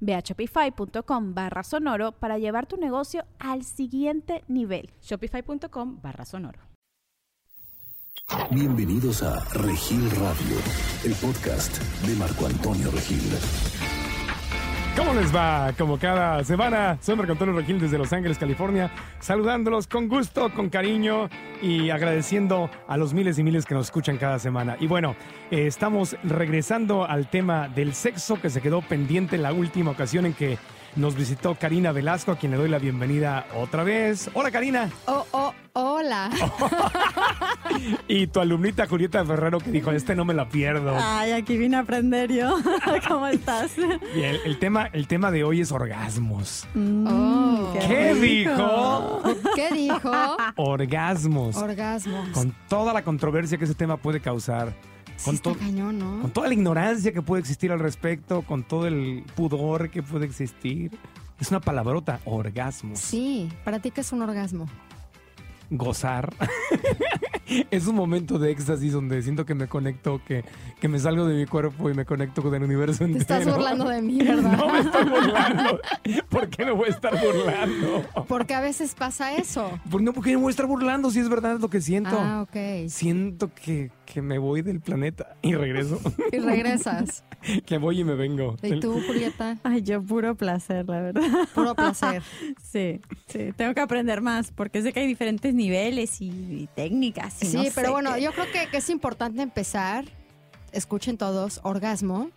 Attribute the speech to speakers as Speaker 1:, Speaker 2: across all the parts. Speaker 1: Ve a shopify.com barra sonoro para llevar tu negocio al siguiente nivel.
Speaker 2: Shopify.com barra sonoro.
Speaker 3: Bienvenidos a Regil Radio, el podcast de Marco Antonio Regil.
Speaker 4: ¿Cómo les va? Como cada semana, soy Marco Antonio Regil desde Los Ángeles, California, saludándolos con gusto, con cariño y agradeciendo a los miles y miles que nos escuchan cada semana. Y bueno, eh, estamos regresando al tema del sexo que se quedó pendiente en la última ocasión en que nos visitó Karina Velasco, a quien le doy la bienvenida otra vez. Hola Karina.
Speaker 5: Oh, oh, hola.
Speaker 4: Y tu alumnita Julieta Ferrero que dijo, este no me la pierdo.
Speaker 5: Ay, aquí vine a aprender yo. ¿Cómo estás?
Speaker 4: Y el, el tema, el tema de hoy es orgasmos.
Speaker 5: Oh,
Speaker 4: Mm, ¿Qué
Speaker 5: rico.
Speaker 4: dijo?
Speaker 5: ¿Qué dijo?
Speaker 4: Orgasmos.
Speaker 5: Orgasmos.
Speaker 4: con toda la controversia que ese tema puede causar,
Speaker 5: Sí
Speaker 4: con,
Speaker 5: está
Speaker 4: to-
Speaker 5: cañón, ¿no?
Speaker 4: con toda la ignorancia que puede existir al respecto, con todo el pudor que puede existir. Es una palabrota, orgasmos.
Speaker 5: Sí, para ti qué es un orgasmo.
Speaker 4: Gozar. es un momento de éxtasis donde siento que me conecto, que, que me salgo de mi cuerpo y me conecto con el universo
Speaker 5: Te
Speaker 4: entero.
Speaker 5: estás burlando de mí, ¿verdad?
Speaker 4: No me estoy burlando. ¿Por qué me voy a estar burlando?
Speaker 5: Porque a veces pasa eso.
Speaker 4: ¿Por, no, porque me voy a estar burlando si es verdad lo que siento.
Speaker 5: Ah, ok.
Speaker 4: Siento que, que me voy del planeta y regreso.
Speaker 5: Y regresas.
Speaker 4: que voy y me vengo.
Speaker 5: ¿Y tú, Julieta?
Speaker 6: Ay, yo puro placer, la verdad.
Speaker 5: Puro placer.
Speaker 6: Sí, sí, tengo que aprender más porque sé que hay diferentes niveles y, y técnicas. y
Speaker 5: Sí,
Speaker 6: no sé
Speaker 5: pero bueno,
Speaker 6: qué.
Speaker 5: yo creo que, que es importante empezar, escuchen todos, orgasmo.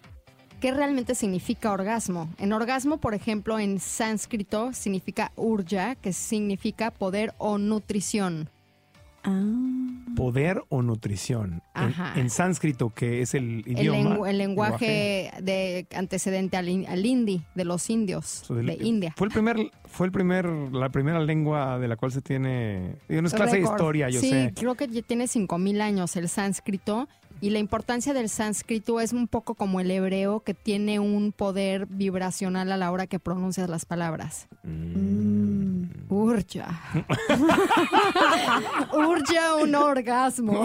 Speaker 5: ¿Qué realmente significa orgasmo? En orgasmo, por ejemplo, en sánscrito significa urja, que significa poder o nutrición.
Speaker 6: Ah,
Speaker 4: Poder o nutrición. En,
Speaker 5: Ajá.
Speaker 4: en sánscrito, que es el
Speaker 5: El,
Speaker 4: idioma.
Speaker 5: lengu- el lenguaje de antecedente al, in- al hindi, de los indios,
Speaker 4: So, del-
Speaker 5: de India.
Speaker 4: Fue el primer, fue el primer, la primera lengua de la cual se tiene. digo, No es clase de
Speaker 5: Récord.
Speaker 4: historia, yo
Speaker 5: sí,
Speaker 4: sé.
Speaker 5: creo que ya tiene 5.000 años el sánscrito y la importancia del sánscrito es un poco como el hebreo que tiene un poder vibracional a la hora que pronuncias las palabras. Urja. Urja un orgasmo.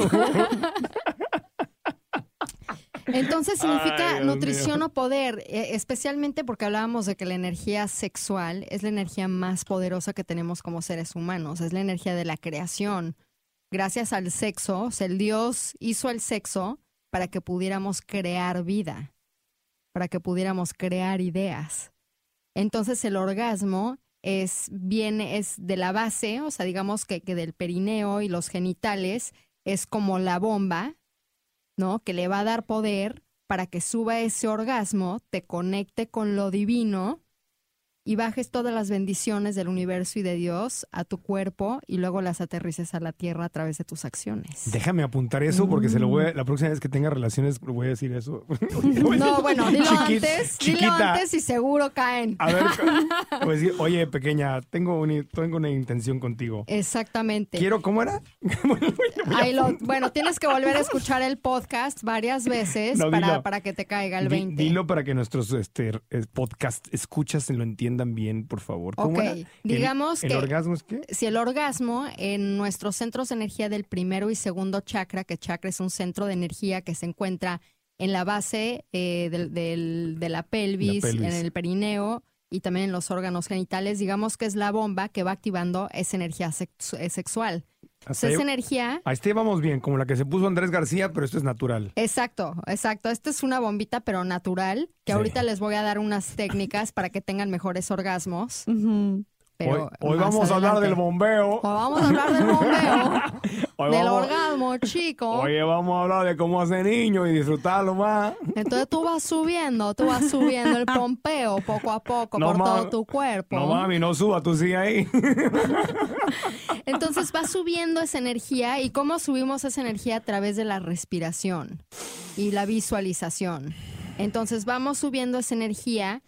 Speaker 5: Entonces significa
Speaker 4: Ay, Dios
Speaker 5: nutrición o poder, eh, especialmente porque hablábamos de que la energía sexual es la energía más poderosa que tenemos como seres humanos, es la energía de la creación. Gracias al sexo, o sea, el Dios hizo el sexo para que pudiéramos crear vida, para que pudiéramos crear ideas. Entonces el orgasmo es bien, es de la base, o sea, digamos que, que del perineo y los genitales es como la bomba, ¿no? Que le va a dar poder para que suba ese orgasmo, te conecte con lo divino y bajes todas las bendiciones del universo y de Dios a tu cuerpo y luego las aterrices a la tierra a través de tus acciones.
Speaker 4: Déjame apuntar eso porque se lo voy a- la próxima vez que tenga relaciones le voy a decir eso.
Speaker 5: Mm. No, bueno, dilo
Speaker 4: Chiqui-
Speaker 5: antes, dilo
Speaker 4: chiquita.
Speaker 5: antes y seguro caen.
Speaker 4: A ver, le voy a decir, oye, pequeña, tengo, un- tengo una intención contigo.
Speaker 5: Exactamente.
Speaker 4: Quiero, ¿cómo era?
Speaker 5: Ahí lo- bueno, tienes que volver a escuchar el podcast varias veces
Speaker 4: No,
Speaker 5: para,
Speaker 4: dilo.
Speaker 5: para que te caiga el
Speaker 4: Di-
Speaker 5: 20.
Speaker 4: Dilo para que nuestros este, es- podcast escuchas y lo entiendan bien, por favor. ¿Cómo
Speaker 5: Ok,
Speaker 4: era? El-
Speaker 5: digamos
Speaker 4: el
Speaker 5: que-
Speaker 4: orgasmo es qué?
Speaker 5: Si el orgasmo en nuestros centros de energía del primero y segundo chakra, que chakra es un centro de energía que se encuentra en la base eh, del- del- de la pelvis,
Speaker 4: La pelvis.
Speaker 5: en el perineo y también en los órganos genitales, digamos que es la bomba que va activando esa energía sexu- eh, sexual.
Speaker 4: Hasta
Speaker 5: Entonces, esa
Speaker 4: ahí-
Speaker 5: energía
Speaker 4: A este vamos bien, como la que se puso Andrés García, pero esto es natural.
Speaker 5: Exacto, exacto. Esta es una bombita, pero natural, que
Speaker 4: Sí.
Speaker 5: ahorita les voy a dar unas técnicas para que tengan mejores orgasmos.
Speaker 6: ujú.
Speaker 5: Pero
Speaker 4: hoy hoy
Speaker 5: más
Speaker 4: vamos a hablar
Speaker 5: adelante.
Speaker 4: del bombeo.
Speaker 5: Hoy vamos a hablar del bombeo,
Speaker 4: Hoy
Speaker 5: del
Speaker 4: vamos-
Speaker 5: orgasmo, chico.
Speaker 4: Oye, vamos a hablar de cómo hacer niño y disfrutarlo más.
Speaker 5: Entonces tú vas subiendo, tú vas subiendo el pompeo poco a poco
Speaker 4: No,
Speaker 5: por
Speaker 4: ma-
Speaker 5: todo tu cuerpo.
Speaker 4: No mami, no suba, tú sigue ahí.
Speaker 5: Entonces va subiendo esa energía y cómo subimos esa energía a través de la respiración y la visualización. Entonces vamos subiendo esa energía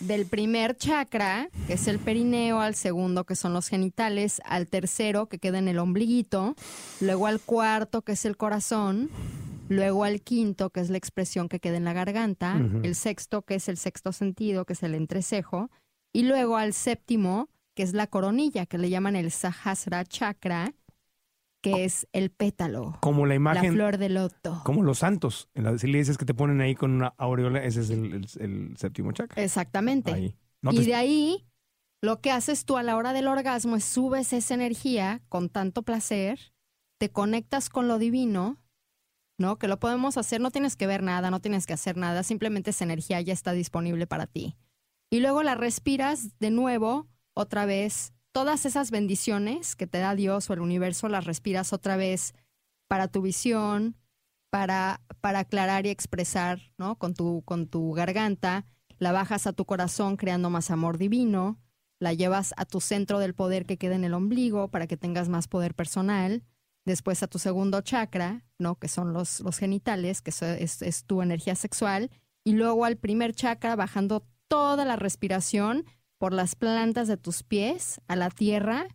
Speaker 5: del primer chakra, que es el perineo, al segundo, que son los genitales, al tercero, que queda en el ombliguito, luego al cuarto, que es el corazón, luego al quinto, que es la expresión que queda en la garganta, el sexto, que es el sexto sentido, que es el entrecejo, y luego al séptimo, que es la coronilla, que le llaman el Sahasra Chakra, que es el pétalo,
Speaker 4: Como la
Speaker 5: la
Speaker 4: imagen,
Speaker 5: flor de loto.
Speaker 4: como los santos. En la- si le dices que te ponen ahí con una aureola, ese es el, el- el séptimo chakra.
Speaker 5: Exactamente.
Speaker 4: Ahí. No pues,
Speaker 5: Este. y
Speaker 4: te-
Speaker 5: de ahí, lo que haces tú a la hora del orgasmo es subes esa energía con tanto placer, te conectas con lo divino, ¿no? Que lo podemos hacer, no tienes que ver nada, no tienes que hacer nada, simplemente esa energía ya está disponible para ti. Y luego la respiras de nuevo, otra vez, todas esas bendiciones que te da Dios o el universo, las respiras otra vez para tu visión, para, para aclarar y expresar, ¿no? Con tu, con tu garganta, la bajas a tu corazón creando más amor divino, la llevas a tu centro del poder que queda en el ombligo para que tengas más poder personal, después a tu segundo chakra, ¿no? Que son los, los genitales, que eso es, es tu energía sexual, y luego al primer chakra bajando toda la respiración por las plantas de tus pies a la tierra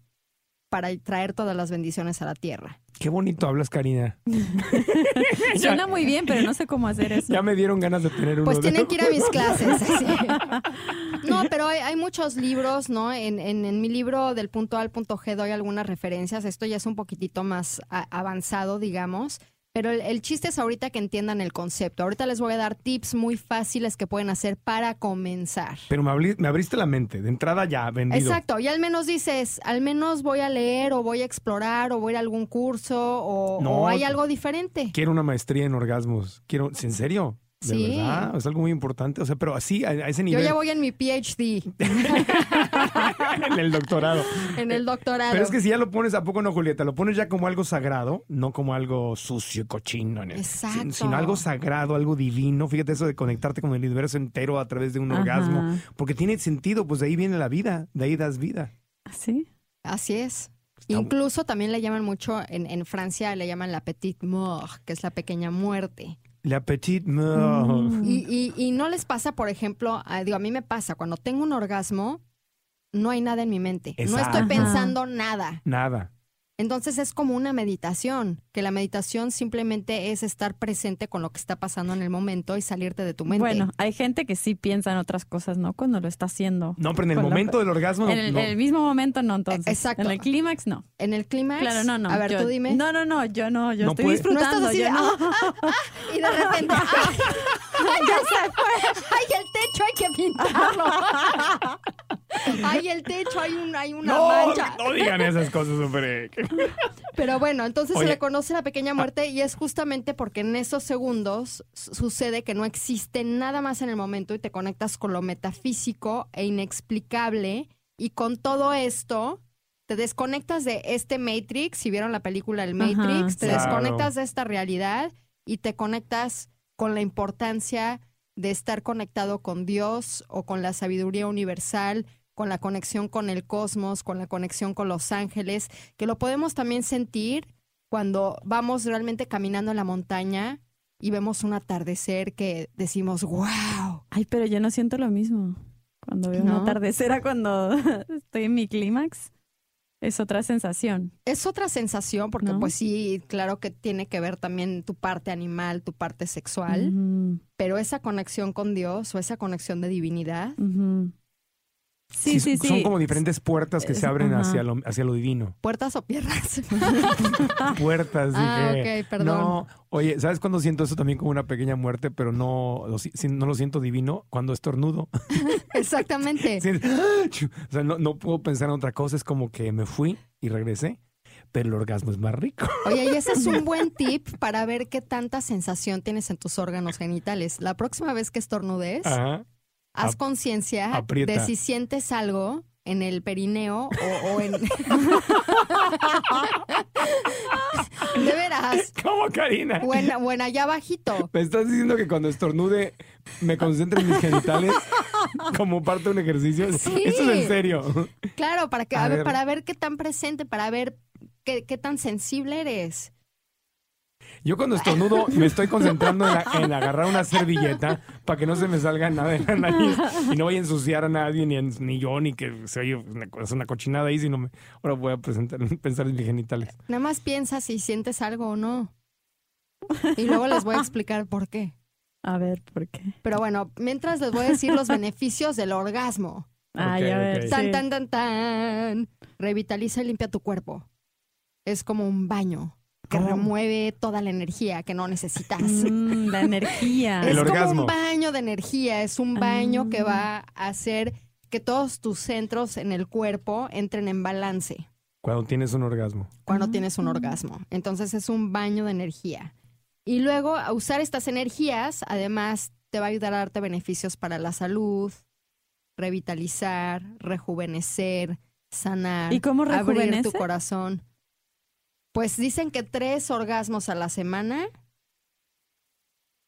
Speaker 5: para traer todas las bendiciones a la tierra.
Speaker 4: Qué bonito hablas, Karina.
Speaker 6: Suena muy bien, pero no sé cómo hacer eso.
Speaker 4: Ya me dieron ganas de tener uno.
Speaker 5: Pues
Speaker 4: de
Speaker 5: tienen
Speaker 4: esos.
Speaker 5: que ir a mis clases. así. No, pero hay, hay muchos libros, ¿no? En, en- en mi libro del punto A al punto G doy algunas referencias. Esto ya es un poquitito más a- avanzado, digamos. Pero el, el chiste es ahorita que entiendan el concepto. Ahorita les voy a dar tips muy fáciles que pueden hacer para comenzar.
Speaker 4: Pero me, abri- me abriste la mente. De entrada ya, vendido.
Speaker 5: Exacto, y al menos dices, al menos voy a leer o voy a explorar o voy a ir a algún curso o,
Speaker 4: No,
Speaker 5: o hay
Speaker 4: te-
Speaker 5: algo diferente.
Speaker 4: Quiero una maestría en orgasmos. Quiero, ¿en serio? ¿De
Speaker 5: Sí.
Speaker 4: verdad? Es algo muy importante. O sea, pero así, a, a ese
Speaker 5: Yo
Speaker 4: nivel,
Speaker 5: ya voy en mi PhD,
Speaker 4: en el doctorado.
Speaker 5: en el doctorado.
Speaker 4: Pero es que si ya lo pones, ¿a poco no, Julieta? Lo pones ya como algo sagrado, no como algo sucio, cochino. en el-
Speaker 5: Exacto.
Speaker 4: sin- Sino algo sagrado, algo divino. Fíjate eso de conectarte con el universo entero a través de un
Speaker 6: Ajá.
Speaker 4: orgasmo. Porque tiene sentido, pues de ahí viene la vida, de ahí das vida.
Speaker 6: ¿Sí?
Speaker 5: Así es.
Speaker 4: Está bu-
Speaker 5: Incluso también le llaman mucho, en, en Francia le llaman la petite mort, que es la pequeña muerte.
Speaker 4: La petite mort.
Speaker 5: Y, y- y no les pasa, por ejemplo, a, digo, a mí me pasa, cuando tengo un orgasmo, no hay nada en mi mente. No
Speaker 4: Exacto.
Speaker 5: estoy pensando nada.
Speaker 4: Nada.
Speaker 5: Entonces es como una meditación, que la meditación simplemente es estar presente con lo que está pasando en el momento y salirte de tu mente.
Speaker 6: Bueno, hay gente que sí piensa en otras cosas, ¿no? Cuando lo está haciendo.
Speaker 4: No, pero en el
Speaker 6: Con la-
Speaker 4: momento del orgasmo. no-
Speaker 6: En el,
Speaker 4: no.
Speaker 6: el mismo momento no, entonces.
Speaker 5: Eh, exacto.
Speaker 6: En el clímax no.
Speaker 5: en el clímax,
Speaker 6: Claro, no, no.
Speaker 5: a ver,
Speaker 6: yo-
Speaker 5: tú dime.
Speaker 6: No, no, no, yo no, yo
Speaker 4: No
Speaker 6: estoy
Speaker 4: puede-
Speaker 5: No estás
Speaker 6: disfrutando.
Speaker 5: así de,
Speaker 6: yo no.
Speaker 5: "Ah, ah, ah", y de repente, ¡ay, ya se fue! ¡Ay, el techo hay que pintarlo! ¡Ay, el techo hay, un, hay una
Speaker 4: No,
Speaker 5: mancha!
Speaker 4: no digan esas cosas, hombre.
Speaker 5: Pero bueno, entonces
Speaker 4: Oye.
Speaker 5: se le conoce la pequeña muerte y es justamente porque en esos segundos su- sucede que no existe nada más en el momento y te conectas con lo metafísico e inexplicable y con todo esto te desconectas de este Matrix, si vieron la película El
Speaker 6: Ajá,
Speaker 5: Matrix, te
Speaker 4: sí.
Speaker 5: desconectas de esta realidad y te conectas con la importancia de estar conectado con Dios o con la sabiduría universal, con la conexión con el cosmos, con la conexión con los ángeles, que lo podemos también sentir cuando vamos realmente caminando en la montaña y vemos un atardecer que decimos, wow.
Speaker 6: Ay, pero yo no siento lo mismo. Cuando veo
Speaker 5: ¿No?
Speaker 6: una atardecera, cuando estoy en mi clímax, es otra sensación.
Speaker 5: Es otra sensación porque
Speaker 6: ¿No?
Speaker 5: pues sí, claro que tiene que ver también tu parte animal, tu parte sexual,
Speaker 6: Ujú,
Speaker 5: pero esa conexión con Dios o esa conexión de divinidad
Speaker 6: ujú. Sí, sí, sí.
Speaker 4: Son como diferentes puertas que se abren
Speaker 6: Ajá.
Speaker 4: hacia lo, hacia lo divino.
Speaker 5: ¿Puertas o piernas?
Speaker 4: Puertas, dije.
Speaker 5: Ah, ok, perdón.
Speaker 4: No, oye, ¿sabes cuándo siento eso también como una pequeña muerte, pero no lo, si- no lo siento divino? Cuando estornudo.
Speaker 5: Exactamente.
Speaker 4: Sí, o sea, no, no puedo pensar en otra cosa. Es como que me fui y regresé, pero el orgasmo es más rico.
Speaker 5: Oye, y ese es un buen tip para ver qué tanta sensación tienes en tus órganos genitales. La próxima vez que estornudes,
Speaker 4: Ajá.
Speaker 5: haz
Speaker 4: Ah, Ap-
Speaker 5: conciencia
Speaker 4: aprieta.
Speaker 5: de si sientes algo en el perineo o, o en... de veras.
Speaker 4: ¿Cómo, Karina?
Speaker 5: O en, o en allá abajito.
Speaker 4: ¿Me estás diciendo que cuando estornude me concentre en mis genitales como parte de un ejercicio?
Speaker 5: Sí.
Speaker 4: Eso es en serio.
Speaker 5: Claro, para, que,
Speaker 4: A
Speaker 5: a ver,
Speaker 4: ver.
Speaker 5: para ver qué tan presente, para ver qué, qué tan sensible eres.
Speaker 4: Yo cuando estornudo me estoy concentrando en, la- en agarrar una servilleta para que no se me salga nada de la nariz y no vaya a ensuciar a nadie, ni, en- ni yo, ni que se oye una, co- es una cochinada ahí, sino me, ahora voy a presentar- pensar en mis genitales.
Speaker 5: Nada más piensa si sientes algo o no. Y luego les voy a explicar por qué.
Speaker 6: A ver, ¿por qué?
Speaker 5: Pero bueno, mientras les voy a decir los beneficios del orgasmo.
Speaker 6: Ah,
Speaker 4: Ok,
Speaker 6: ya
Speaker 4: ok.
Speaker 6: ver.
Speaker 5: Tan,
Speaker 6: sí.
Speaker 5: tan, tan, tan. Revitaliza y limpia tu cuerpo. Es como un baño que
Speaker 4: ¿Cómo?
Speaker 5: remueve toda la energía que no necesitas.
Speaker 6: Mm, la energía.
Speaker 4: El
Speaker 5: es como
Speaker 4: orgasmo. Ah.
Speaker 5: un baño de energía, es un baño que va a hacer que todos tus centros en el cuerpo entren en balance
Speaker 4: Cuando tienes un orgasmo.
Speaker 5: cuando
Speaker 6: Ah.
Speaker 5: tienes un orgasmo. Entonces es un baño de energía. Y luego a usar estas energías, además, te va a ayudar a darte beneficios para la salud, revitalizar, rejuvenecer, sanar,
Speaker 6: ¿Y cómo
Speaker 5: abrir tu
Speaker 6: rejuvenece?
Speaker 5: corazón. Pues dicen que tres orgasmos a la semana.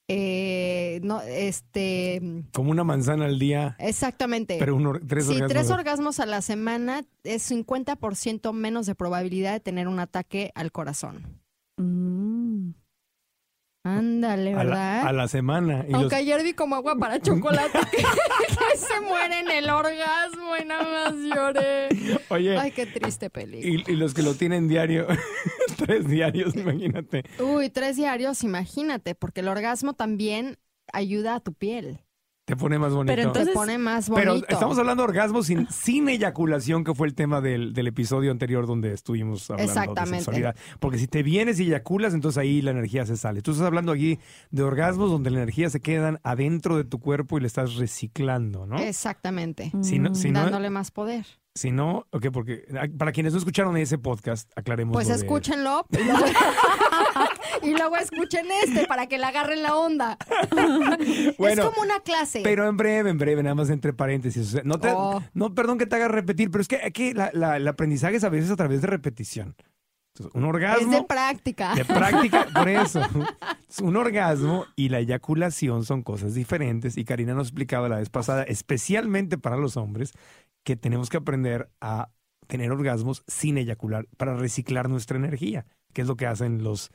Speaker 5: eh, no, este,
Speaker 4: Como una manzana al día,
Speaker 5: exactamente.
Speaker 4: pero un or- tres
Speaker 5: Sí,
Speaker 4: orgasmos.
Speaker 5: tres orgasmos a la semana es 50% menos de probabilidad de tener un ataque al corazón.
Speaker 6: Mm.
Speaker 5: Ándale,
Speaker 4: a, la,
Speaker 5: ¿verdad?
Speaker 4: a la semana. Y los-
Speaker 5: Aunque ayer vi como agua para chocolate que, que se muere en el orgasmo y nada más lloré.
Speaker 4: oye,
Speaker 5: Ay, qué triste peli.
Speaker 4: y, y los que lo tienen diario, tres diarios, imagínate.
Speaker 5: Uy, tres diarios, imagínate, porque el orgasmo también ayuda a tu piel.
Speaker 4: Te pone más bonito.
Speaker 6: Pero
Speaker 5: Te
Speaker 6: Entonces-
Speaker 5: pone más
Speaker 4: Pero
Speaker 5: bonito.
Speaker 4: estamos hablando de orgasmo sin, sin eyaculación, que fue el tema del, del episodio anterior donde estuvimos hablando
Speaker 5: Exactamente.
Speaker 4: de sexualidad. Porque si te vienes y eyaculas, entonces ahí la energía se sale. Tú estás hablando aquí de orgasmos donde la energía se quedan adentro de tu cuerpo y le estás reciclando, ¿no?
Speaker 5: Exactamente.
Speaker 4: Si no, si no,
Speaker 5: Dándole más poder.
Speaker 4: si no ok, porque ah, para quienes no escucharon ese podcast, aclaremos.
Speaker 5: Pues
Speaker 4: lo de-
Speaker 5: escúchenlo y luego, y luego escuchen este para que le agarren la onda.
Speaker 4: Bueno,
Speaker 5: es como una clase.
Speaker 4: Pero en breve, en breve, nada más entre paréntesis. O sea, no, te-
Speaker 5: Oh.
Speaker 4: no, perdón que te haga repetir, pero es que aquí la, la- el aprendizaje es a veces a través de repetición. Entonces, un
Speaker 5: es
Speaker 4: orgasmo.
Speaker 5: de práctica.
Speaker 4: De práctica, por eso. Es Un orgasmo y la eyaculación son cosas diferentes y Karina nos explicaba la vez pasada, especialmente para los hombres, que tenemos que aprender a tener orgasmos sin eyacular para reciclar nuestra energía, que es lo que hacen los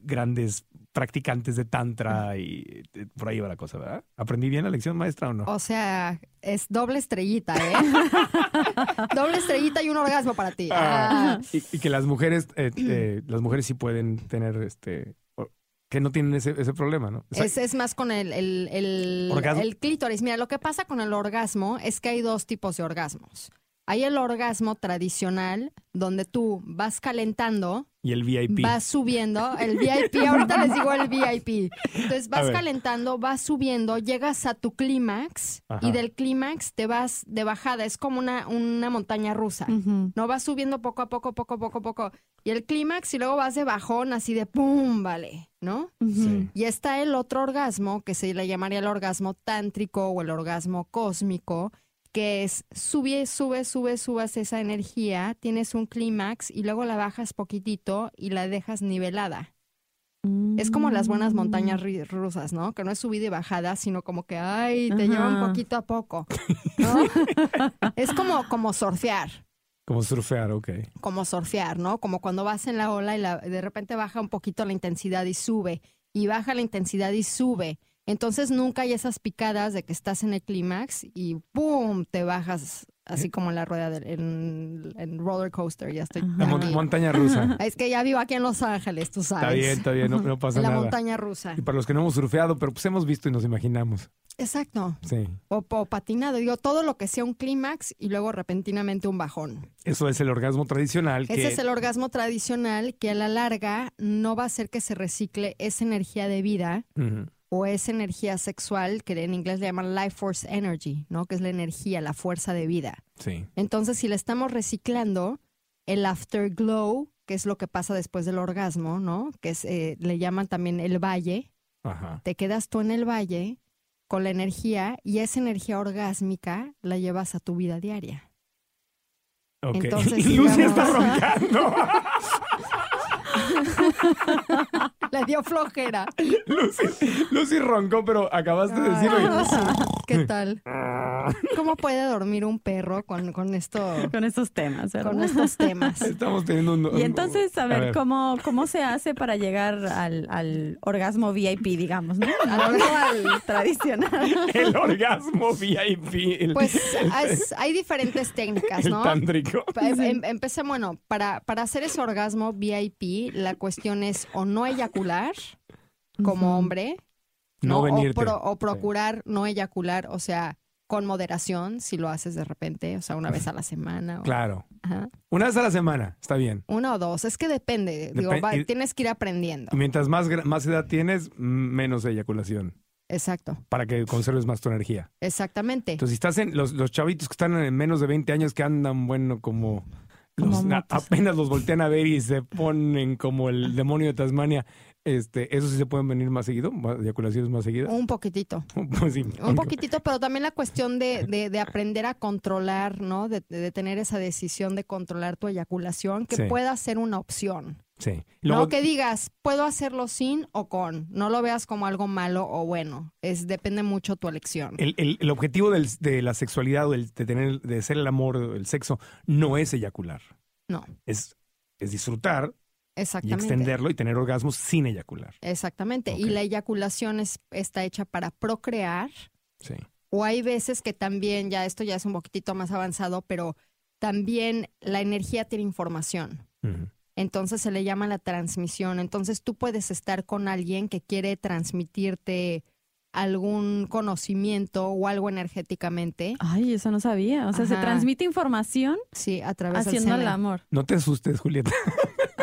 Speaker 4: grandes practicantes de tantra y eh, por ahí va la cosa, ¿verdad? ¿Aprendí bien la lección maestra o no?
Speaker 5: O sea, es doble estrellita, ¿eh? doble estrellita y un orgasmo para ti.
Speaker 4: Ah, y, y que las mujeres, eh, eh, las mujeres sí pueden tener este, o- que no tienen ese, ese problema, ¿no? O sea,
Speaker 5: Es, es más con el, el, el-
Speaker 4: Orgasmo.
Speaker 5: el clítoris. Mira, lo que pasa con el orgasmo es que hay dos tipos de orgasmos. Hay el orgasmo tradicional, donde tú vas calentando,
Speaker 4: y el VIP.
Speaker 5: vas subiendo, el VIP, ahorita les digo el VIP. Entonces
Speaker 4: A
Speaker 5: vas
Speaker 4: ver.
Speaker 5: calentando, vas subiendo, llegas a tu clímax
Speaker 4: Ajá.
Speaker 5: y del clímax te vas de bajada, es como una, una montaña rusa.
Speaker 6: Ujú.
Speaker 5: No vas subiendo poco a poco, poco a poco, poco. Y el clímax y luego vas de bajón, así de pum, vale, ¿no?
Speaker 4: Sí.
Speaker 5: Y está el otro orgasmo, que se le llamaría el orgasmo tántrico o el orgasmo cósmico, que es sube, sube, sube, subas esa energía, tienes un clímax y luego la bajas poquitito y la dejas nivelada. Es como las buenas montañas ri- rusas, ¿no? Que no es subida y bajada, sino como que, ay, te llevan
Speaker 6: Ajá.
Speaker 5: poquito a poco. ¿no? es como, como surfear
Speaker 4: Como surfear, ok.
Speaker 5: como surfear, ¿no? Como cuando vas en la ola y la- de repente baja un poquito la intensidad y sube, y baja la intensidad y sube. Entonces nunca hay esas picadas de que estás en el clímax y ¡pum! te bajas
Speaker 4: Eh.
Speaker 5: así como en la rueda del en, en roller coaster. Ya estoy.
Speaker 4: La mon-
Speaker 5: aquí.
Speaker 4: montaña rusa.
Speaker 5: es que ya vivo aquí en Los Ángeles, tú sabes.
Speaker 4: Está bien, está bien, no, no pasa
Speaker 5: en la
Speaker 4: nada.
Speaker 5: montaña rusa.
Speaker 4: Y para los que no hemos surfeado, pero pues hemos visto y nos imaginamos.
Speaker 5: Exacto.
Speaker 4: Sí.
Speaker 5: O, o patinado. Digo, todo lo que sea un clímax y luego repentinamente un bajón.
Speaker 4: Eso es el orgasmo tradicional. Que,
Speaker 5: Ese es el orgasmo tradicional que a la larga no va a hacer que se recicle esa energía de vida
Speaker 4: Ujú.
Speaker 5: o esa energía sexual que en inglés le llaman life force energy, ¿no? Que es la energía, la fuerza de vida.
Speaker 4: Sí.
Speaker 5: Entonces, si la estamos reciclando, el afterglow, que es lo que pasa después del orgasmo, ¿no? Que es, eh, le llaman también el valle,
Speaker 4: Ajá.
Speaker 5: te quedas tú en el valle con la energía y esa energía orgásmica la llevas a tu vida diaria.
Speaker 4: Ok.
Speaker 5: Entonces,
Speaker 4: y Lucy
Speaker 5: digamos-
Speaker 4: está roncando.
Speaker 5: Le dio flojera.
Speaker 4: Lucy, Lucy roncó, pero acabaste de decirlo.
Speaker 5: Ay,
Speaker 4: y-
Speaker 5: Lucy, ¿Qué tal? ¿Cómo puede dormir un perro con, con esto?
Speaker 6: con esos temas, ¿verdad?
Speaker 5: Con estos temas.
Speaker 4: Estamos teniendo un.
Speaker 6: Y entonces, a
Speaker 4: A
Speaker 6: ver,
Speaker 4: ver.
Speaker 6: ¿cómo, ¿cómo se hace para llegar al, al orgasmo VIP, digamos, ¿no?
Speaker 5: Al
Speaker 6: Al, al tradicional.
Speaker 4: el orgasmo VIP. El,
Speaker 5: Pues es- hay diferentes técnicas,
Speaker 4: el
Speaker 5: ¿no?
Speaker 4: tántrico.
Speaker 5: Pa- em- em- empecé, bueno, para, para hacer ese orgasmo VIP, la cuestión es o no eyacular como hombre,
Speaker 4: No,
Speaker 5: ¿no? o,
Speaker 4: venirte.
Speaker 5: pro- o procurar no eyacular, o sea, con moderación, si lo haces de repente, o sea, una vez a la semana. o-
Speaker 4: Claro.
Speaker 5: Ajá.
Speaker 4: Una vez a la semana, está bien.
Speaker 5: Una o dos, es que depende, digo,
Speaker 4: Depe-
Speaker 5: va-
Speaker 4: y-
Speaker 5: tienes que ir aprendiendo.
Speaker 4: Y Mientras más, gra- más edad tienes, mm, menos eyaculación.
Speaker 5: Exacto,
Speaker 4: Para que conserves más tu energía.
Speaker 5: exactamente.
Speaker 4: Entonces, si estás en los, los chavitos que están en menos de 20 años que andan, bueno, como.
Speaker 6: Como
Speaker 4: los- na-
Speaker 6: motos.
Speaker 4: apenas los voltean a ver y se ponen como el demonio de Tasmania. Este, eso sí se pueden venir más seguido, más eyaculaciones más seguidas.
Speaker 5: Un poquitito.
Speaker 4: Pues sí,
Speaker 5: Un poquitito, pero también la cuestión de, de- de aprender a controlar, ¿no? De, de tener esa decisión de controlar tu eyaculación, que
Speaker 4: Sí.
Speaker 5: pueda ser una opción.
Speaker 4: Sí. Luego,
Speaker 5: No que digas, puedo hacerlo sin o con. No lo veas como algo malo o bueno. Es, depende mucho tu elección.
Speaker 4: el, el- el objetivo del- de la sexualidad o del- de, tener, de ser el amor, el sexo, no es eyacular.
Speaker 5: No,
Speaker 4: Es, es disfrutar y
Speaker 5: exactamente.
Speaker 4: extenderlo y tener orgasmos sin eyacular.
Speaker 5: Exactamente.
Speaker 4: Ok.
Speaker 5: Y la eyaculación es, está hecha para procrear.
Speaker 4: Sí.
Speaker 5: O hay veces que también, ya esto ya es un poquitito más avanzado, pero también la energía tiene información.
Speaker 4: Ujú.
Speaker 5: Entonces se le llama la transmisión. Entonces tú puedes estar con alguien que quiere transmitirte algún conocimiento o algo energéticamente.
Speaker 6: Ay, eso no sabía. O sea, se
Speaker 5: Ajá.
Speaker 6: transmite información
Speaker 5: Sí, a través del
Speaker 6: haciendo el
Speaker 5: semen.
Speaker 6: amor.
Speaker 4: No te asustes, Julieta.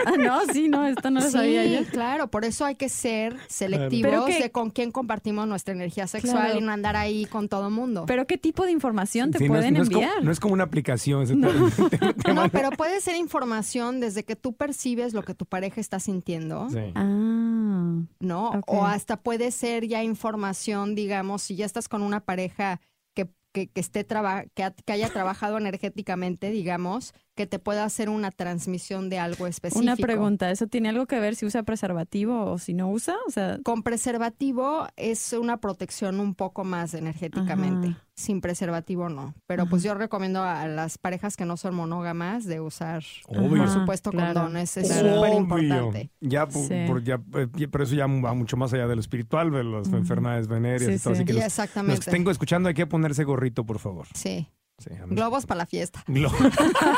Speaker 6: Ah, no, sí, no, esto no lo sabía
Speaker 5: sí,
Speaker 6: yo.
Speaker 5: claro, por eso hay que ser
Speaker 6: Pero
Speaker 5: selectivos
Speaker 6: que-
Speaker 5: de con quién compartimos nuestra energía sexual
Speaker 6: Claro.
Speaker 5: y no andar ahí con todo mundo.
Speaker 6: Pero ¿qué tipo de información te
Speaker 4: Sí, no es-
Speaker 6: pueden
Speaker 4: no es, como-
Speaker 6: enviar?
Speaker 4: no es como una aplicación. se te- te- te
Speaker 5: no,
Speaker 4: manda-
Speaker 5: pero puede ser información desde que tú percibes lo que tu pareja está sintiendo,
Speaker 4: Sí.
Speaker 6: Ah,
Speaker 5: ¿no?
Speaker 6: Ok.
Speaker 5: O hasta puede ser ya información, digamos, si ya estás con una pareja que, que, que esté traba- que, ha- que haya trabajado energéticamente, digamos, que te pueda hacer una transmisión de algo específico.
Speaker 6: una pregunta. ¿Eso tiene algo que ver si usa preservativo o si no usa? O sea,
Speaker 5: Con preservativo es una protección un poco más energéticamente.
Speaker 6: Ajá.
Speaker 5: Sin preservativo no. Pero pues yo recomiendo a las parejas que no son monógamas de usar,
Speaker 4: Obvio.
Speaker 5: por
Speaker 6: Ajá,
Speaker 5: supuesto,
Speaker 6: Ah, claro.
Speaker 5: condones. Es
Speaker 6: Claro.
Speaker 5: súper
Speaker 4: Obvio.
Speaker 5: importante.
Speaker 4: Ya, por,
Speaker 6: Sí.
Speaker 4: por- ya, eh, ya- pero eso ya va mucho más allá de lo espiritual, de las
Speaker 6: Ujú.
Speaker 4: enfermedades venéreas
Speaker 6: Sí,
Speaker 4: y todo. Así
Speaker 6: sí.
Speaker 4: que
Speaker 5: Y
Speaker 4: los, los que
Speaker 5: exactamente.
Speaker 4: tengo escuchando hay que ponerse gorrito, por favor.
Speaker 5: Sí.
Speaker 4: Sí, a mí-
Speaker 5: Globos para la fiesta.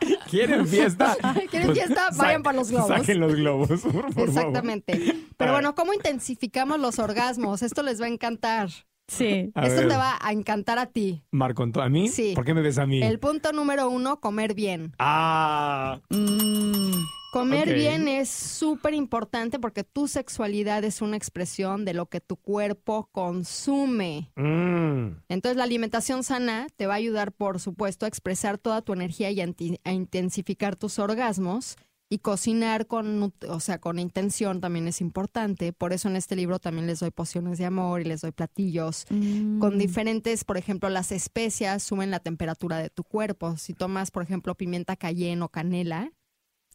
Speaker 4: Glo- ¿Quieren fiesta? Pues,
Speaker 5: ¿Quieren fiesta? Vayan
Speaker 4: sa-
Speaker 5: para los globos.
Speaker 4: Saquen los globos, por favor. Ah.
Speaker 5: Exactamente. Pero bueno, ¿cómo intensificamos los orgasmos? Esto les va a encantar.
Speaker 6: sí.
Speaker 4: A
Speaker 5: Esto
Speaker 4: ver,
Speaker 5: te va a encantar a ti.
Speaker 4: Marco, Anto- ¿a mí?
Speaker 5: Sí.
Speaker 4: ¿Por qué me ves a mí?
Speaker 5: El punto número uno, comer bien.
Speaker 4: Ah,
Speaker 6: Mm,
Speaker 5: Comer
Speaker 4: Ok.
Speaker 5: bien es súper importante porque tu sexualidad es una expresión de lo que tu cuerpo consume.
Speaker 4: mm,
Speaker 5: Entonces la alimentación sana te va a ayudar, por supuesto, a expresar toda tu energía y a, inti- a intensificar tus orgasmos. Y cocinar con, nut- o sea, con intención también es importante. Por eso en este libro también les doy pociones de amor y les doy platillos
Speaker 6: mm.
Speaker 5: con diferentes, por ejemplo, las especias suben la temperatura de tu cuerpo. Si tomas, por ejemplo, pimienta cayenne o canela,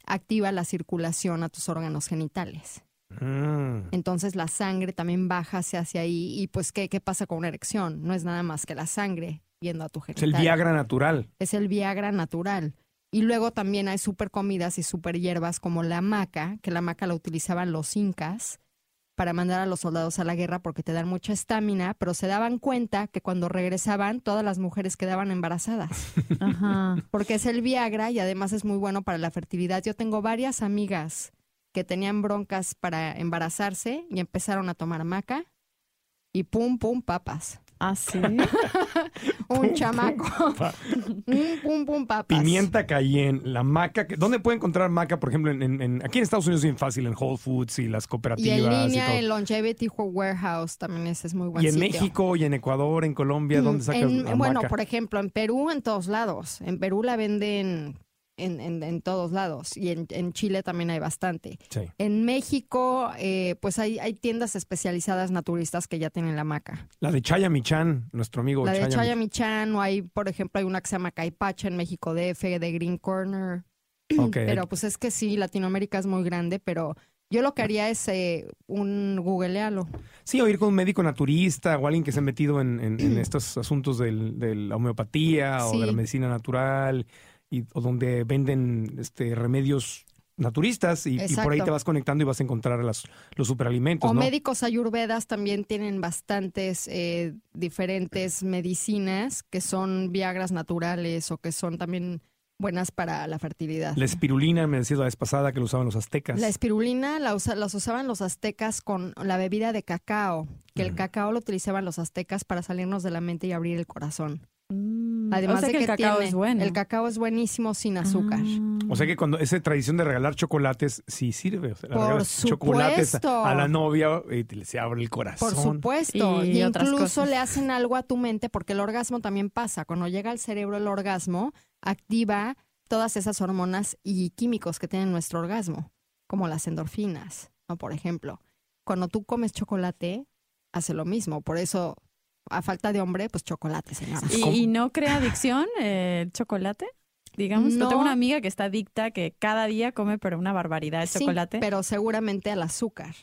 Speaker 5: activa la circulación a tus órganos genitales.
Speaker 4: mm.
Speaker 5: Entonces la sangre también baja hacia, hacia ahí y pues ¿qué, qué pasa con una erección? No es nada más que la sangre yendo a tu
Speaker 4: Es el
Speaker 5: genital.
Speaker 4: Viagra natural.
Speaker 5: Es el Viagra natural. Y luego también hay super comidas y super hierbas como la maca, que la maca la utilizaban los incas para mandar a los soldados a la guerra porque te dan mucha estamina, pero se daban cuenta que cuando regresaban todas las mujeres quedaban embarazadas,
Speaker 6: Ajá.
Speaker 5: porque es el Viagra y además es muy bueno para la fertilidad. Yo tengo varias amigas que tenían broncas para embarazarse y empezaron a tomar maca y pum, pum, papas.
Speaker 6: Ah, sí.
Speaker 5: Un chamaco,
Speaker 4: Pa-
Speaker 5: un pum, pum, papas.
Speaker 4: Pimienta cayenne, la maca. que- ¿Dónde puede encontrar maca, por ejemplo, en, en- en- aquí en Estados Unidos es bien fácil, en Whole Foods y las
Speaker 5: Y
Speaker 4: cooperativas?
Speaker 5: en
Speaker 4: y todo.
Speaker 5: línea, en Longevity Warehouse también ese es muy buen
Speaker 4: Y en
Speaker 5: sitio.
Speaker 4: México y en Ecuador, en Colombia, ¿dónde
Speaker 5: Mm,
Speaker 4: sacas
Speaker 5: en-
Speaker 4: la
Speaker 5: Bueno,
Speaker 4: maca?
Speaker 5: por ejemplo, en Perú, en todos lados. En Perú la venden en, en- en todos lados y en, en Chile también hay bastante.
Speaker 4: Sí.
Speaker 5: En México, eh, pues hay, hay tiendas especializadas naturistas que ya tienen la maca.
Speaker 4: La de Chaya Michan, nuestro amigo
Speaker 5: La de
Speaker 4: Chayami.
Speaker 5: Chayamichan, o hay, por ejemplo, hay una que se llama Caipacha en México DF, de Green Corner.
Speaker 4: Ok, hay-
Speaker 5: Pero pues es que sí, Latinoamérica es muy grande, pero yo lo que haría es eh, un googlealo.
Speaker 4: Sí, o ir con un médico naturista o alguien que se ha metido en, en- en estos asuntos del- de la homeopatía o de la
Speaker 5: Sí.
Speaker 4: medicina natural y, o donde venden este, remedios naturistas y, y por ahí
Speaker 5: Exacto.
Speaker 4: te vas conectando y vas a encontrar las- los superalimentos,
Speaker 5: O
Speaker 4: Pues ¿no?
Speaker 5: médicos ayurvedas también tienen bastantes eh, diferentes medicinas que son viagras naturales o que son también buenas para la fertilidad.
Speaker 4: La espirulina, me decías la vez pasada que lo usaban los aztecas.
Speaker 5: La espirulina la usa- las usaban los aztecas con la bebida de cacao, que el cacao lo utilizaban los aztecas para salirnos de la mente y abrir el corazón. Además
Speaker 6: Mm, o sea
Speaker 5: de
Speaker 6: que
Speaker 5: que,
Speaker 6: el cacao
Speaker 5: tiene-
Speaker 6: es bueno. Ah.
Speaker 5: El cacao es buenísimo sin azúcar.
Speaker 4: o sea que cuando esa tradición de regalar chocolates sí sirve. O sea, le
Speaker 5: Por
Speaker 4: regalas chocolates a,
Speaker 5: supuesto.
Speaker 4: a la novia y te- se abre el corazón.
Speaker 5: Por supuesto,
Speaker 6: Y
Speaker 5: y,
Speaker 6: otras
Speaker 5: incluso
Speaker 6: cosas.
Speaker 5: le hacen algo a tu mente porque el orgasmo también pasa. Cuando llega al cerebro el orgasmo, activa todas esas hormonas y químicos que tiene nuestro orgasmo, como las endorfinas, ¿no? Por ejemplo, cuando tú comes chocolate, hace lo mismo. Por eso, a falta de hombre, pues chocolate, señora.
Speaker 6: ¿Y,
Speaker 4: ¿Cómo?
Speaker 6: y no crea adicción eh, el chocolate? Digamos, yo
Speaker 5: No.
Speaker 6: tengo una amiga que está adicta, que cada día come, pero una barbaridad de
Speaker 5: Sí,
Speaker 6: chocolate.
Speaker 5: pero seguramente al azúcar.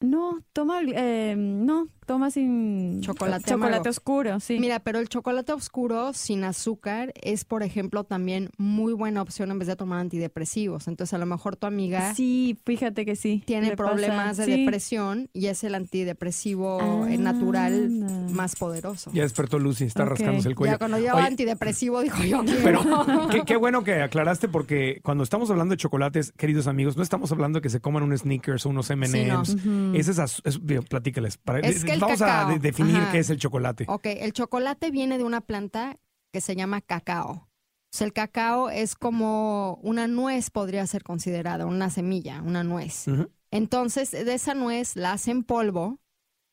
Speaker 6: No, toma, eh, no, toma sin
Speaker 5: Chocolate amargo.
Speaker 6: oscuro, sí.
Speaker 5: Mira, pero el chocolate oscuro sin azúcar es, por ejemplo, también muy buena opción en vez de tomar antidepresivos. Entonces, a lo mejor tu amiga
Speaker 6: sí, fíjate que sí.
Speaker 5: tiene
Speaker 6: le pasa,
Speaker 5: problemas de
Speaker 6: sí.
Speaker 5: depresión y es el antidepresivo eh,
Speaker 6: Ah,
Speaker 5: natural
Speaker 6: anda.
Speaker 5: más poderoso.
Speaker 4: Ya despertó Lucy, está
Speaker 6: Ok.
Speaker 4: rascándose el cuello.
Speaker 5: Ya cuando lleva
Speaker 4: Oye,
Speaker 5: antidepresivo dijo yo quiero.
Speaker 4: Pero qué, qué bueno que aclaraste porque cuando estamos hablando de chocolates, queridos amigos, no estamos hablando de que se coman un Snickers o unos M&M's.
Speaker 5: Sí, no.
Speaker 4: Ese es, az- es- digo, platícales. para-
Speaker 5: Es
Speaker 4: de-
Speaker 5: que el
Speaker 4: vamos a
Speaker 5: cacao.
Speaker 4: de- definir
Speaker 5: Ajá. Oh,
Speaker 4: qué es el chocolate.
Speaker 5: Ok, el chocolate viene de una planta que se llama cacao. O sea, el cacao es como una nuez podría ser considerada, una semilla, una nuez.
Speaker 4: Ujú.
Speaker 5: Entonces, de esa nuez la hacen polvo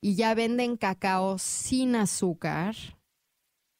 Speaker 5: y ya venden cacao sin azúcar,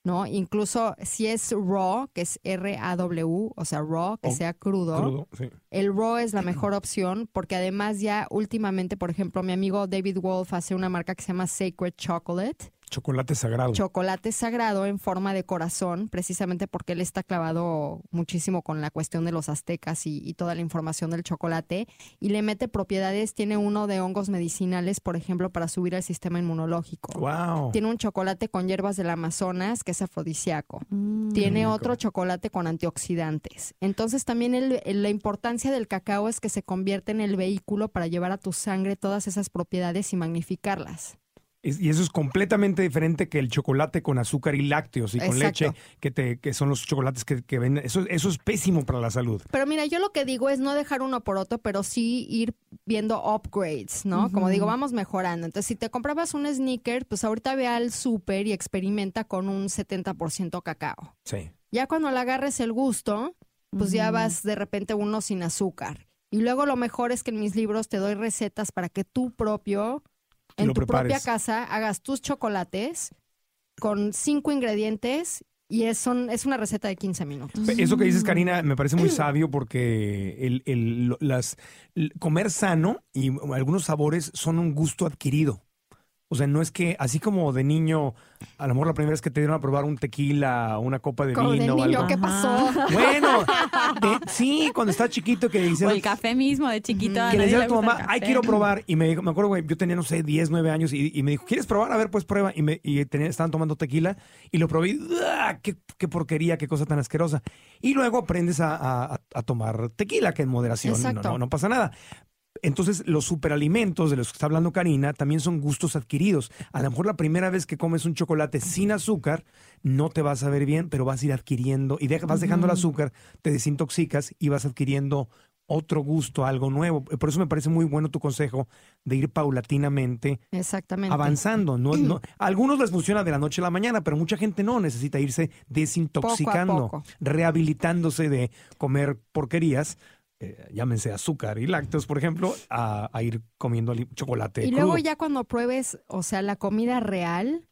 Speaker 5: ¿no? Incluso si es raw, que es R-A-W, o sea, raw, que
Speaker 4: O-
Speaker 5: sea crudo,
Speaker 4: Oh, Crudo, sí.
Speaker 5: el raw es la mejor opción porque además ya últimamente, por ejemplo, mi amigo David Wolf hace una marca que se llama Sacred Chocolate
Speaker 4: Chocolate sagrado.
Speaker 5: chocolate sagrado en forma de corazón, precisamente porque él está clavado muchísimo con la cuestión de los aztecas y, y toda la información del chocolate, y le mete propiedades, tiene uno de hongos medicinales, por ejemplo, para subir el sistema inmunológico.
Speaker 4: wow.
Speaker 5: Tiene un chocolate con hierbas del Amazonas que es afrodisíaco.
Speaker 6: Mm.
Speaker 5: Tiene
Speaker 4: rico.
Speaker 5: otro chocolate con antioxidantes. Entonces también el- el- la importancia del cacao es que se convierte en el vehículo para llevar a tu sangre todas esas propiedades y magnificarlas.
Speaker 4: Es- y eso es completamente diferente que el chocolate con azúcar y lácteos y con
Speaker 5: Exacto.
Speaker 4: leche, que, te, que son los chocolates que, que venden. Eso, eso es pésimo para la salud.
Speaker 5: Pero mira, yo lo que digo es no dejar uno por otro, pero sí ir viendo upgrades, ¿no? Como digo, vamos mejorando. Entonces, si te comprabas un sneaker, pues ahorita ve al súper y experimenta con un 70% cacao.
Speaker 4: Sí.
Speaker 5: Ya cuando le agarres el gusto, pues ya vas de repente uno sin azúcar. Y luego lo mejor es que en mis libros te doy recetas para que tú propio, en
Speaker 4: Lo
Speaker 5: tu propia
Speaker 4: prepares.
Speaker 5: casa, hagas tus chocolates con cinco ingredientes y es, son, es una receta de 15 minutos.
Speaker 4: Eso que dices, Karina, me parece muy
Speaker 5: Mm.
Speaker 4: sabio porque el, el- lo- las, l- comer sano y algunos sabores son un gusto adquirido. O sea, no es que, así como de niño, a lo mejor la primera vez que te dieron a probar un tequila, una copa de
Speaker 5: Como de
Speaker 4: vino o
Speaker 5: niño,
Speaker 4: algo.
Speaker 5: ¿qué
Speaker 6: Ajá.
Speaker 5: pasó?
Speaker 4: Bueno, de- sí, cuando estás chiquito que dices...
Speaker 6: O el café mismo de chiquito. a
Speaker 4: Que le
Speaker 6: nadie
Speaker 4: decías
Speaker 6: le
Speaker 4: a tu
Speaker 6: gusta el
Speaker 4: mamá, ay,
Speaker 6: café".
Speaker 4: quiero probar. Y me, dijo- me acuerdo, güey, yo tenía, no sé, 10, 9 años y, y me dijo, ¿quieres probar? A ver, pues prueba. Y, me, y tenía- estaban tomando tequila y lo probé. y, ¡ah! ¡Qué, qué porquería, qué cosa tan asquerosa! Y luego aprendes a, a- a tomar tequila, que en moderación no,
Speaker 5: Exacto.
Speaker 4: no- no pasa nada. Entonces, los superalimentos de los que está hablando Karina también son gustos adquiridos. A lo mejor la primera vez que comes un chocolate sin azúcar, no te vas a ver bien, pero vas a ir adquiriendo y deja- vas dejando el azúcar, te desintoxicas y vas adquiriendo otro gusto, algo nuevo. Por eso me parece muy bueno tu consejo de ir paulatinamente
Speaker 5: Exactamente.
Speaker 4: avanzando. No, no, a algunos les funciona de la noche a la mañana, pero mucha gente no. Necesita irse desintoxicando,
Speaker 5: poco.
Speaker 4: rehabilitándose de comer porquerías. eh, llámense azúcar y lácteos, por ejemplo, a, a ir comiendo ali- chocolate.
Speaker 5: y luego
Speaker 4: crudo.
Speaker 5: ya cuando pruebes, o sea, la comida real,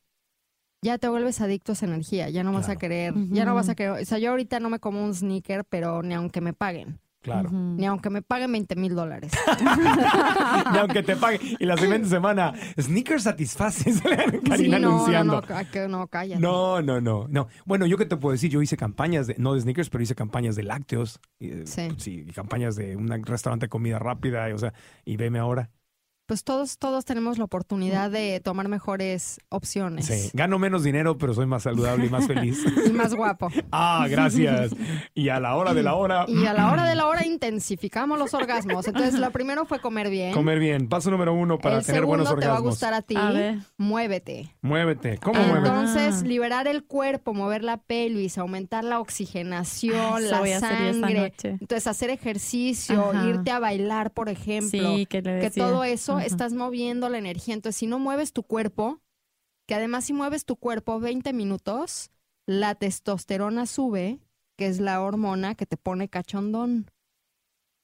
Speaker 5: ya te vuelves adicto a esa energía, ya no vas
Speaker 4: Claro.
Speaker 5: a querer,
Speaker 6: Ujú.
Speaker 5: ya no vas a querer, o sea, yo ahorita no me como un sneaker, pero ni aunque me paguen,
Speaker 4: Claro.
Speaker 6: Mm.
Speaker 5: ni aunque me paguen 20 mil dólares.
Speaker 4: Y aunque te paguen. Y la siguiente semana, sneakers satisfaces. Karina
Speaker 5: Sí, no, no,
Speaker 4: anunciando.
Speaker 5: no, ca- que no, cállate.
Speaker 4: No, no, no, no. Bueno, yo que te puedo decir, yo hice campañas, de, no de sneakers, pero hice campañas de lácteos. eh,
Speaker 5: Sí.
Speaker 4: y campañas de un restaurante de comida rápida, y, o sea, y veme ahora.
Speaker 5: Pues todos, todos tenemos la oportunidad de tomar mejores opciones
Speaker 4: Sí. Gano menos dinero, pero soy más saludable y más feliz.
Speaker 5: y más guapo.
Speaker 4: ah, gracias. Y a la hora de la hora,
Speaker 5: Y a la hora de la hora intensificamos los orgasmos. Entonces, lo primero fue comer bien.
Speaker 4: comer bien. Paso número uno para
Speaker 5: el
Speaker 4: tener
Speaker 5: segundo
Speaker 4: buenos
Speaker 5: te va a
Speaker 4: orgasmos.
Speaker 5: gustar Ah. a ti.
Speaker 6: A ver.
Speaker 5: Muévete.
Speaker 4: Muévete. ¿Cómo muévete?
Speaker 6: Ah.
Speaker 5: Entonces, liberar el cuerpo, mover la pelvis, aumentar la oxigenación,
Speaker 6: Eso Ah, voy a
Speaker 5: la
Speaker 6: hacer yo esta
Speaker 5: sangre.
Speaker 6: noche.
Speaker 5: Entonces, hacer ejercicio,
Speaker 6: Ajá.
Speaker 5: irte a bailar, por ejemplo.
Speaker 6: Sí, que le
Speaker 5: que
Speaker 6: decía.
Speaker 5: todo eso
Speaker 6: Ajá.
Speaker 5: estás moviendo la energía. Entonces, si no mueves tu cuerpo, que además si mueves tu cuerpo 20 minutos, la testosterona sube, que es la hormona que te pone cachondón.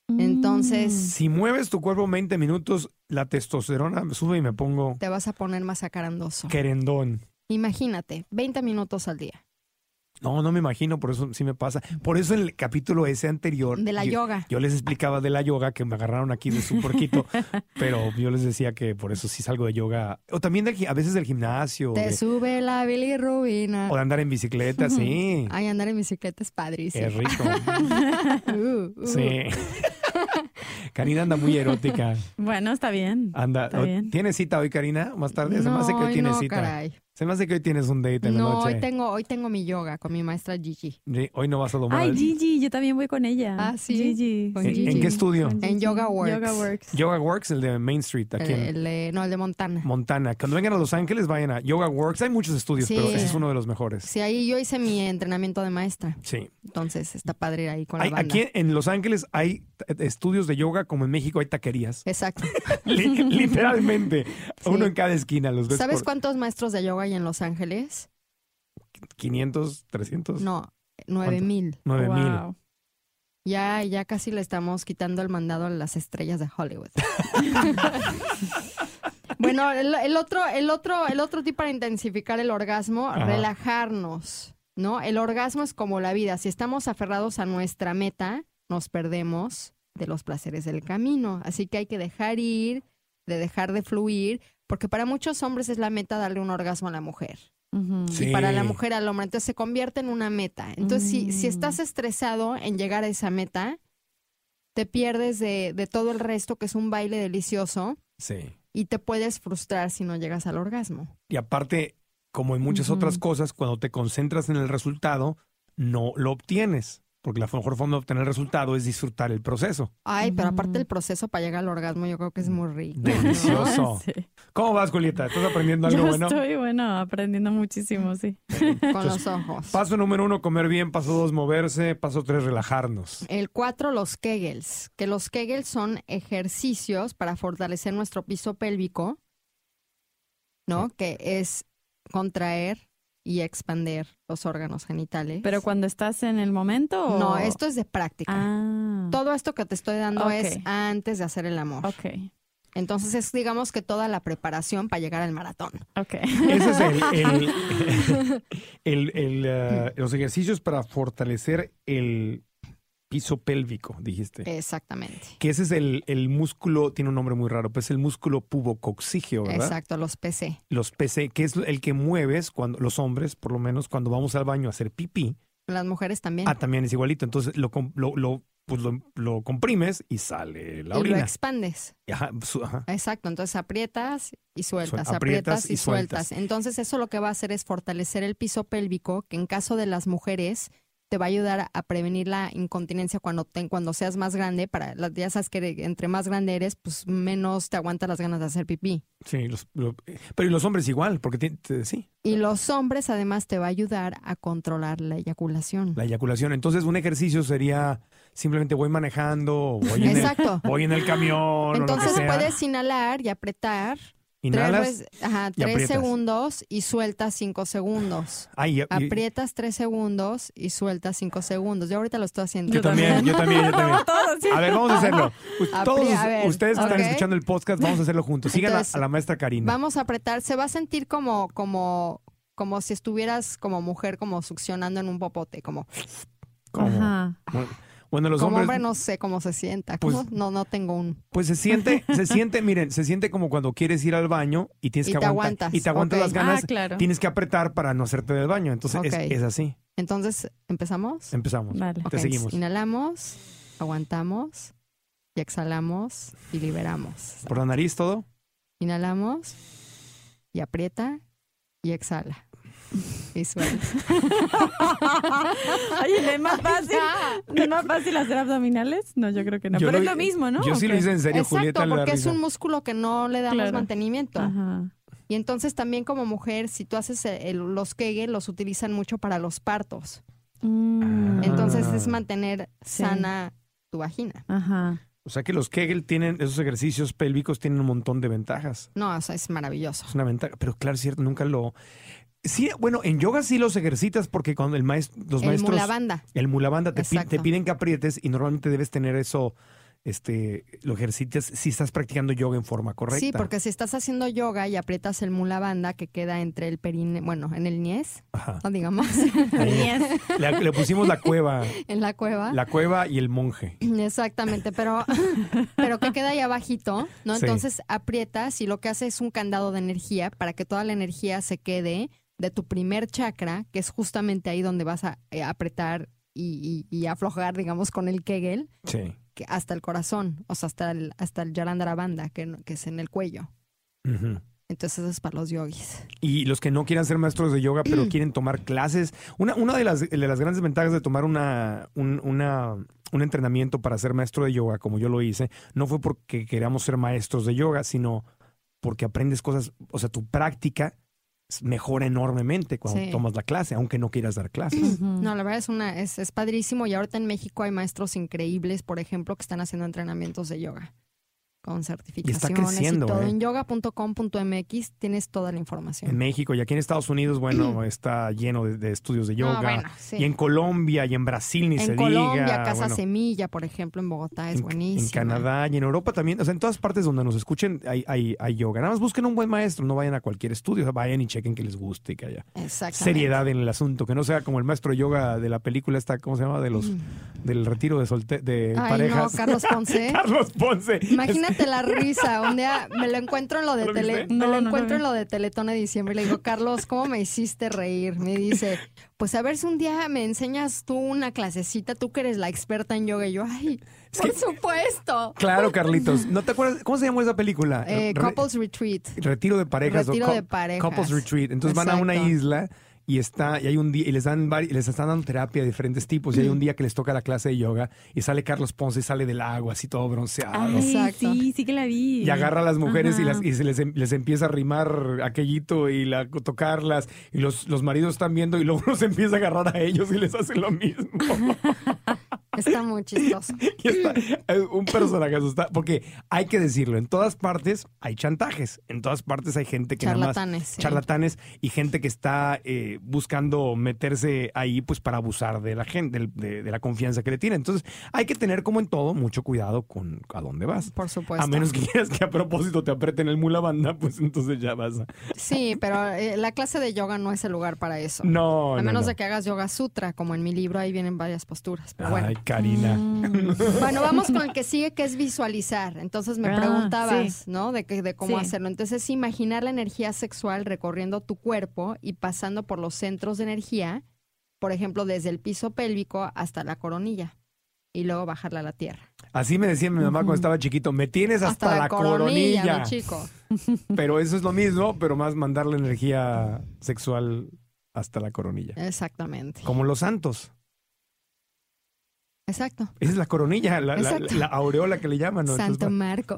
Speaker 6: Mm,
Speaker 5: Entonces,
Speaker 4: Si mueves tu cuerpo 20 minutos, la testosterona sube y me pongo
Speaker 5: te vas a poner más acarandoso.
Speaker 4: querendón.
Speaker 5: Imagínate, 20 minutos al día
Speaker 4: No, no me imagino, por eso sí me pasa. Por eso en el capítulo ese anterior.
Speaker 5: de la
Speaker 4: yo,
Speaker 5: yoga.
Speaker 4: Yo les explicaba de la yoga que me agarraron aquí de su porquito, pero yo les decía que por eso sí salgo de yoga. O también del gi- a veces del gimnasio.
Speaker 5: Te
Speaker 4: de-
Speaker 5: sube la bilirrubina.
Speaker 4: o de andar en bicicleta, sí.
Speaker 5: Ay, andar en bicicleta es padrísimo.
Speaker 4: Es rico.
Speaker 5: Uh, uh.
Speaker 4: Sí. Karina anda muy erótica.
Speaker 6: Bueno, está bien.
Speaker 4: Anda.
Speaker 6: Está bien.
Speaker 4: ¿Tienes cita hoy, Karina? Más tarde. Se me hace que
Speaker 5: No,
Speaker 4: hoy tienes
Speaker 5: no,
Speaker 4: cita.
Speaker 5: caray.
Speaker 4: Se me hace que hoy tienes un date en
Speaker 5: No,
Speaker 4: la
Speaker 5: hoy
Speaker 4: noche.
Speaker 5: tengo, hoy tengo mi yoga con mi maestra Gigi.
Speaker 4: Sí, Hoy no vas a domar.
Speaker 6: Ay,
Speaker 4: el-
Speaker 6: Gigi, yo también voy con ella.
Speaker 5: Ah, ¿sí?
Speaker 6: Gigi.
Speaker 5: Con
Speaker 4: ¿En,
Speaker 5: Gigi.
Speaker 4: en qué estudio?
Speaker 6: Con
Speaker 5: En
Speaker 6: Gigi.
Speaker 5: Yoga Works.
Speaker 6: Yoga Works.
Speaker 4: Yoga Works, el de Main Street, aquí en,
Speaker 5: El de- no, el de Montana.
Speaker 4: Montana. Cuando vengan a Los Ángeles, vayan a Yoga Works. Hay muchos estudios,
Speaker 5: Sí.
Speaker 4: pero ese es uno de los mejores.
Speaker 5: Sí, ahí yo hice mi entrenamiento de maestra.
Speaker 4: Sí.
Speaker 5: Entonces está padre ir ahí con
Speaker 4: Hay-
Speaker 5: la banda.
Speaker 4: aquí en Los Ángeles hay t- estudios de yoga, como en México hay taquerías.
Speaker 5: Exacto.
Speaker 4: Li- literalmente.
Speaker 5: Sí.
Speaker 4: Uno en cada esquina. Los ves
Speaker 5: ¿Sabes
Speaker 4: por
Speaker 5: cuántos maestros de yoga hay en Los Ángeles?
Speaker 4: 500, 300,
Speaker 5: No, nueve
Speaker 4: ¿Cuánto?
Speaker 5: mil.
Speaker 4: 9000.
Speaker 6: Wow.
Speaker 5: Ya, ya casi le estamos quitando el mandado a las estrellas de Hollywood. bueno, el, el otro, el otro, el otro tip para intensificar el orgasmo,
Speaker 4: Ajá.
Speaker 5: relajarnos, ¿no? El orgasmo es como la vida. Si estamos aferrados a nuestra meta, nos perdemos de los placeres del camino. Así que hay que dejar ir, de dejar de fluir, porque para muchos hombres es la meta darle un orgasmo a la mujer
Speaker 6: Ujú.
Speaker 4: Sí. Mm.
Speaker 5: y para la mujer al hombre. Entonces se convierte en una meta. Entonces, si, si estás estresado en llegar a esa meta, te pierdes de, de todo el resto, que es un baile delicioso,
Speaker 4: Sí.
Speaker 5: y te puedes frustrar si no llegas al orgasmo.
Speaker 4: Y aparte, como en muchas
Speaker 6: Ujú.
Speaker 4: otras cosas, cuando te concentras en el resultado, no lo obtienes. Porque la mejor forma de obtener el resultado es disfrutar el proceso.
Speaker 5: Ay, pero
Speaker 6: Ujú.
Speaker 5: aparte el proceso para llegar al orgasmo, yo creo que es muy rico. ¿no?
Speaker 4: Mm. Delicioso.
Speaker 6: Sí.
Speaker 4: ¿Cómo vas, Julieta? ¿Estás aprendiendo Oh, algo
Speaker 6: Yo
Speaker 4: bueno?
Speaker 6: estoy, bueno, aprendiendo muchísimo, sí.
Speaker 5: Con los ojos.
Speaker 4: Paso número uno, comer bien. Paso dos, moverse. Paso tres, relajarnos.
Speaker 5: El cuatro, los kegels. Que los kegels son ejercicios para fortalecer nuestro piso pélvico, ¿no? Que es contraer y expander los órganos genitales.
Speaker 6: Pero cuando estás en el momento. o-
Speaker 5: No, esto es de práctica.
Speaker 6: Ah.
Speaker 5: Todo esto que te estoy dando
Speaker 6: Ok.
Speaker 5: es antes de hacer el amor.
Speaker 6: Ok,
Speaker 5: Entonces es, digamos que toda la preparación para llegar al maratón.
Speaker 6: ok.
Speaker 4: Ese es el, el- el- el, eh, los ejercicios para fortalecer el piso pélvico, dijiste.
Speaker 5: Exactamente.
Speaker 4: Que ese es el, el músculo, tiene un nombre muy raro, pues es el músculo pubocoxígeo, ¿verdad?
Speaker 5: Exacto, los PC.
Speaker 4: Los PC, que es el que mueves cuando, los hombres, por lo menos, cuando vamos al baño a hacer pipí.
Speaker 5: Las mujeres también.
Speaker 4: Ah, también es igualito. Entonces lo, com- lo, lo, pues lo, lo comprimes y sale la
Speaker 5: y lo
Speaker 4: orina.
Speaker 5: expandes.
Speaker 4: Ajá, su- ajá.
Speaker 5: Exacto, entonces aprietas y sueltas,
Speaker 4: Suel-
Speaker 5: aprietas,
Speaker 4: aprietas
Speaker 5: y
Speaker 4: y sueltas.
Speaker 5: sueltas. Entonces eso lo que va a hacer es fortalecer el piso pélvico, que en caso de las mujeres te va a ayudar a prevenir la incontinencia cuando te- cuando seas más grande. Para las ya sabes que entre más grande eres, pues menos te aguanta las ganas de hacer pipí.
Speaker 4: Sí, los- lo- pero y los hombres igual, porque ti- te- sí.
Speaker 5: Y los hombres además te va a ayudar a controlar la eyaculación.
Speaker 4: La eyaculación. Entonces, un ejercicio sería simplemente voy manejando, o voy en, el,
Speaker 5: Exacto.
Speaker 4: voy en el camión. o lo que
Speaker 5: Entonces
Speaker 4: sea.
Speaker 5: puedes inhalar y apretar
Speaker 4: Inhalas.
Speaker 5: tres, veces- ajá,
Speaker 4: y
Speaker 5: tres
Speaker 4: aprietas.
Speaker 5: segundos y sueltas cinco segundos.
Speaker 4: Ay, y- y-
Speaker 5: Aprietas tres segundos y sueltas cinco segundos. Yo ahorita lo estoy haciendo.
Speaker 4: yo también, yo también, yo también.
Speaker 6: Todo, sí.
Speaker 4: A ver, vamos a hacerlo. U-
Speaker 5: Apri-
Speaker 4: Todos
Speaker 5: a ver,
Speaker 4: ustedes que están
Speaker 5: ok.
Speaker 4: escuchando el podcast, vamos a hacerlo juntos. Sigan a-
Speaker 5: Entonces,
Speaker 4: a, la maestra Karina.
Speaker 5: Vamos a apretar. Se va a sentir como, como, como si estuvieras como mujer, como succionando en un popote, como,
Speaker 4: ¿Cómo?
Speaker 6: Ajá.
Speaker 4: Bueno, Bueno, los
Speaker 5: como
Speaker 4: hombres,
Speaker 5: hombre no sé cómo se sienta.
Speaker 4: Pues-
Speaker 5: ¿cómo? no, no tengo un...
Speaker 4: pues se siente, se siente, miren, se siente como cuando quieres ir al baño y tienes
Speaker 5: Y
Speaker 4: que
Speaker 5: te
Speaker 4: aguantar
Speaker 5: aguantas,
Speaker 4: y te aguantas
Speaker 5: ok.
Speaker 4: las ganas,
Speaker 6: Ah, claro.
Speaker 4: tienes que apretar para no hacerte del baño, entonces es-
Speaker 5: Ok.
Speaker 4: es, así.
Speaker 5: Entonces, ¿empezamos?
Speaker 4: Empezamos.
Speaker 6: Vale.
Speaker 4: Em, Te
Speaker 5: Ok,
Speaker 4: seguimos.
Speaker 5: Inhalamos, aguantamos y exhalamos y liberamos.
Speaker 4: Por la nariz todo.
Speaker 5: Inhalamos y aprieta y exhala. Y suelta.
Speaker 6: Oye, ¿no es más fácil? ¿No es más fácil hacer abdominales? No, yo creo que no.
Speaker 4: Yo
Speaker 6: Pero es lo mismo, ¿no?
Speaker 4: Yo sí
Speaker 6: ¿O
Speaker 4: lo
Speaker 6: qué?
Speaker 4: hice en serio,
Speaker 5: Exacto,
Speaker 4: Julieta. le da
Speaker 5: porque es
Speaker 4: risa.
Speaker 5: un músculo que no le damos
Speaker 6: Claro.
Speaker 5: mantenimiento.
Speaker 6: Ajá.
Speaker 5: Y entonces también como mujer, si tú haces eh, el- los Kegel, los utilizan mucho para los partos.
Speaker 6: Mm.
Speaker 5: Entonces
Speaker 4: Ah.
Speaker 5: es mantener
Speaker 6: Sí.
Speaker 5: sana tu vagina.
Speaker 6: Ajá.
Speaker 4: O sea que los Kegel tienen, esos ejercicios pélvicos tienen un montón de ventajas.
Speaker 5: No, o sea, es maravilloso.
Speaker 4: Es una ventaja, pero claro, es cierto, nunca lo... Sí, bueno, en yoga sí los ejercitas porque cuando el maestro, los
Speaker 5: el
Speaker 4: maestros...
Speaker 5: mulabanda.
Speaker 4: El mulabanda te, pi-
Speaker 5: Exacto.
Speaker 4: te piden que aprietes y normalmente debes tener eso, este, lo ejercitas si estás practicando yoga en forma correcta.
Speaker 5: Sí, porque si estás haciendo yoga y aprietas el mulabanda que queda entre el perine, bueno, en el niés,
Speaker 4: Ajá.
Speaker 5: no digamos,
Speaker 4: Le, le pusimos la cueva,
Speaker 5: en la cueva.
Speaker 4: la cueva y el monje.
Speaker 5: Exactamente, pero, pero que queda ahí abajito, ¿no?
Speaker 4: Sí.
Speaker 5: Entonces aprietas y lo que hace es un candado de energía para que toda la energía se quede de tu primer chakra, que es justamente ahí donde vas a eh, apretar y, y- y aflojar, digamos, con el Kegel,
Speaker 4: Sí.
Speaker 5: que hasta el corazón, o sea, hasta el, hasta el Yarandarabanda, que, no- que es en el cuello.
Speaker 4: Ujú.
Speaker 5: Entonces eso es para los yogis.
Speaker 4: Y los que no quieran ser maestros de yoga,
Speaker 5: Mm.
Speaker 4: pero quieren tomar clases. Una, una de, las, de las grandes ventajas de tomar una, un, una- un entrenamiento para ser maestro de yoga, como yo lo hice, no fue porque queramos ser maestros de yoga, sino porque aprendes cosas, o sea, tu práctica s- mejora enormemente cuando
Speaker 5: Sí.
Speaker 4: tomas la clase, aunque no quieras dar clases.
Speaker 5: No, la verdad es una es, es padrísimo y ahorita en México hay maestros increíbles, por ejemplo, que están haciendo entrenamientos de yoga con certificaciones y,
Speaker 4: creciendo,
Speaker 5: todo.
Speaker 4: ¿eh?
Speaker 5: En yoga.com.mx tienes toda la
Speaker 4: En
Speaker 5: información.
Speaker 4: México y aquí en Estados Unidos, bueno, está lleno de, de estudios de yoga.
Speaker 5: Ah, Mm. bueno, sí.
Speaker 4: Y en Colombia y en Brasil ni
Speaker 5: En
Speaker 4: se
Speaker 5: Colombia,
Speaker 4: diga.
Speaker 5: Casa
Speaker 4: bueno.
Speaker 5: Semilla, por ejemplo, en Bogotá es
Speaker 4: en-
Speaker 5: buenísimo.
Speaker 4: En Canadá y en Europa también, o sea, en todas partes donde nos escuchen hay, hay, hay yoga. Nada más busquen un buen maestro, no vayan a cualquier estudio, o sea, vayan y chequen que les guste y que haya
Speaker 5: Exactamente.
Speaker 4: seriedad en el asunto, que no sea como el maestro de yoga de la película esta, ¿cómo se llama? De los del retiro de solte de
Speaker 5: Mm. Ay,
Speaker 4: parejas.
Speaker 5: no, Carlos Ponce.
Speaker 4: Carlos Ponce.
Speaker 5: Imagínate la risa. Un día me lo encuentro en lo de
Speaker 4: ¿Lo
Speaker 5: tele-
Speaker 4: viste?
Speaker 5: me
Speaker 6: No,
Speaker 5: lo
Speaker 6: no lo
Speaker 5: encuentro
Speaker 6: vi.
Speaker 5: en lo de Teletón de diciembre y le digo, Carlos, ¿cómo me hiciste reír? Me dice, pues a ver si un día me enseñas tú una clasecita, tú que eres la experta en yoga. Y yo, ay, por supuesto.
Speaker 4: Claro, Carlitos. ¿No te acuerdas? ¿Cómo se llamó esa película?
Speaker 5: Eh,
Speaker 4: Ah, Re-
Speaker 5: couples Retreat.
Speaker 4: Retiro de parejas. o
Speaker 5: Retiro
Speaker 4: cou-
Speaker 5: de parejas.
Speaker 4: Couples retreat. Entonces van a una
Speaker 5: Exacto.
Speaker 4: isla y está y hay un día y les dan vari- les están dando terapia de diferentes tipos y hay un día que les toca la clase de yoga y sale Carlos Ponce y sale del agua así todo bronceado.
Speaker 6: Ay,
Speaker 5: Exacto.
Speaker 6: sí, sí que la vi.
Speaker 4: Y agarra a las mujeres y,
Speaker 6: Ajá.
Speaker 4: las, y se les, em- les empieza a rimar aquellito y la, tocarlas. Y los, los maridos están viendo y luego los empieza a agarrar a ellos y les hace lo mismo.
Speaker 5: Está muy chistoso.
Speaker 4: Y está- es un personaje asustado. Porque hay que decirlo, en todas partes hay chantajes. En todas partes hay gente que nada más
Speaker 5: Charlatanes. sí.
Speaker 4: charlatanes y gente que está eh, buscando meterse ahí pues para abusar de la gente, del- de, de la confianza que le tiene. Entonces hay que tener como en todo mucho cuidado con a dónde vas.
Speaker 5: Por supuesto.
Speaker 4: A menos que quieras que a propósito te aprieten el mula banda, pues entonces ya vas. a-
Speaker 5: Sí, pero eh, la clase de yoga no es el lugar para eso.
Speaker 4: No,
Speaker 5: a
Speaker 4: no,
Speaker 5: menos
Speaker 4: no.
Speaker 5: de que hagas yoga sutra, como en mi libro, ahí vienen varias posturas. Pero bueno. Mm.
Speaker 4: Ay, Karina.
Speaker 5: Bueno, vamos con el que sigue, que es visualizar. Entonces me
Speaker 6: Ah,
Speaker 5: preguntabas,
Speaker 6: sí.
Speaker 5: ¿no? De, que- de cómo
Speaker 6: Sí.
Speaker 5: hacerlo. Entonces es imaginar la energía sexual recorriendo tu cuerpo y pasando por los centros de energía, por ejemplo, desde el piso pélvico hasta la coronilla y luego bajarla a la tierra.
Speaker 4: Así me decía mi mamá cuando estaba chiquito, me tienes hasta, la,
Speaker 5: coronilla,
Speaker 4: coronilla.
Speaker 5: mi chico.
Speaker 4: Pero eso es lo mismo, pero más mandar la energía sexual hasta la coronilla.
Speaker 5: Exactamente.
Speaker 4: Como los santos.
Speaker 5: Exacto.
Speaker 4: Esa es la coronilla, la, la-
Speaker 5: Exacto.
Speaker 4: la aureola que le llaman. ¿no?
Speaker 5: Santo
Speaker 4: Entonces,
Speaker 5: Marco.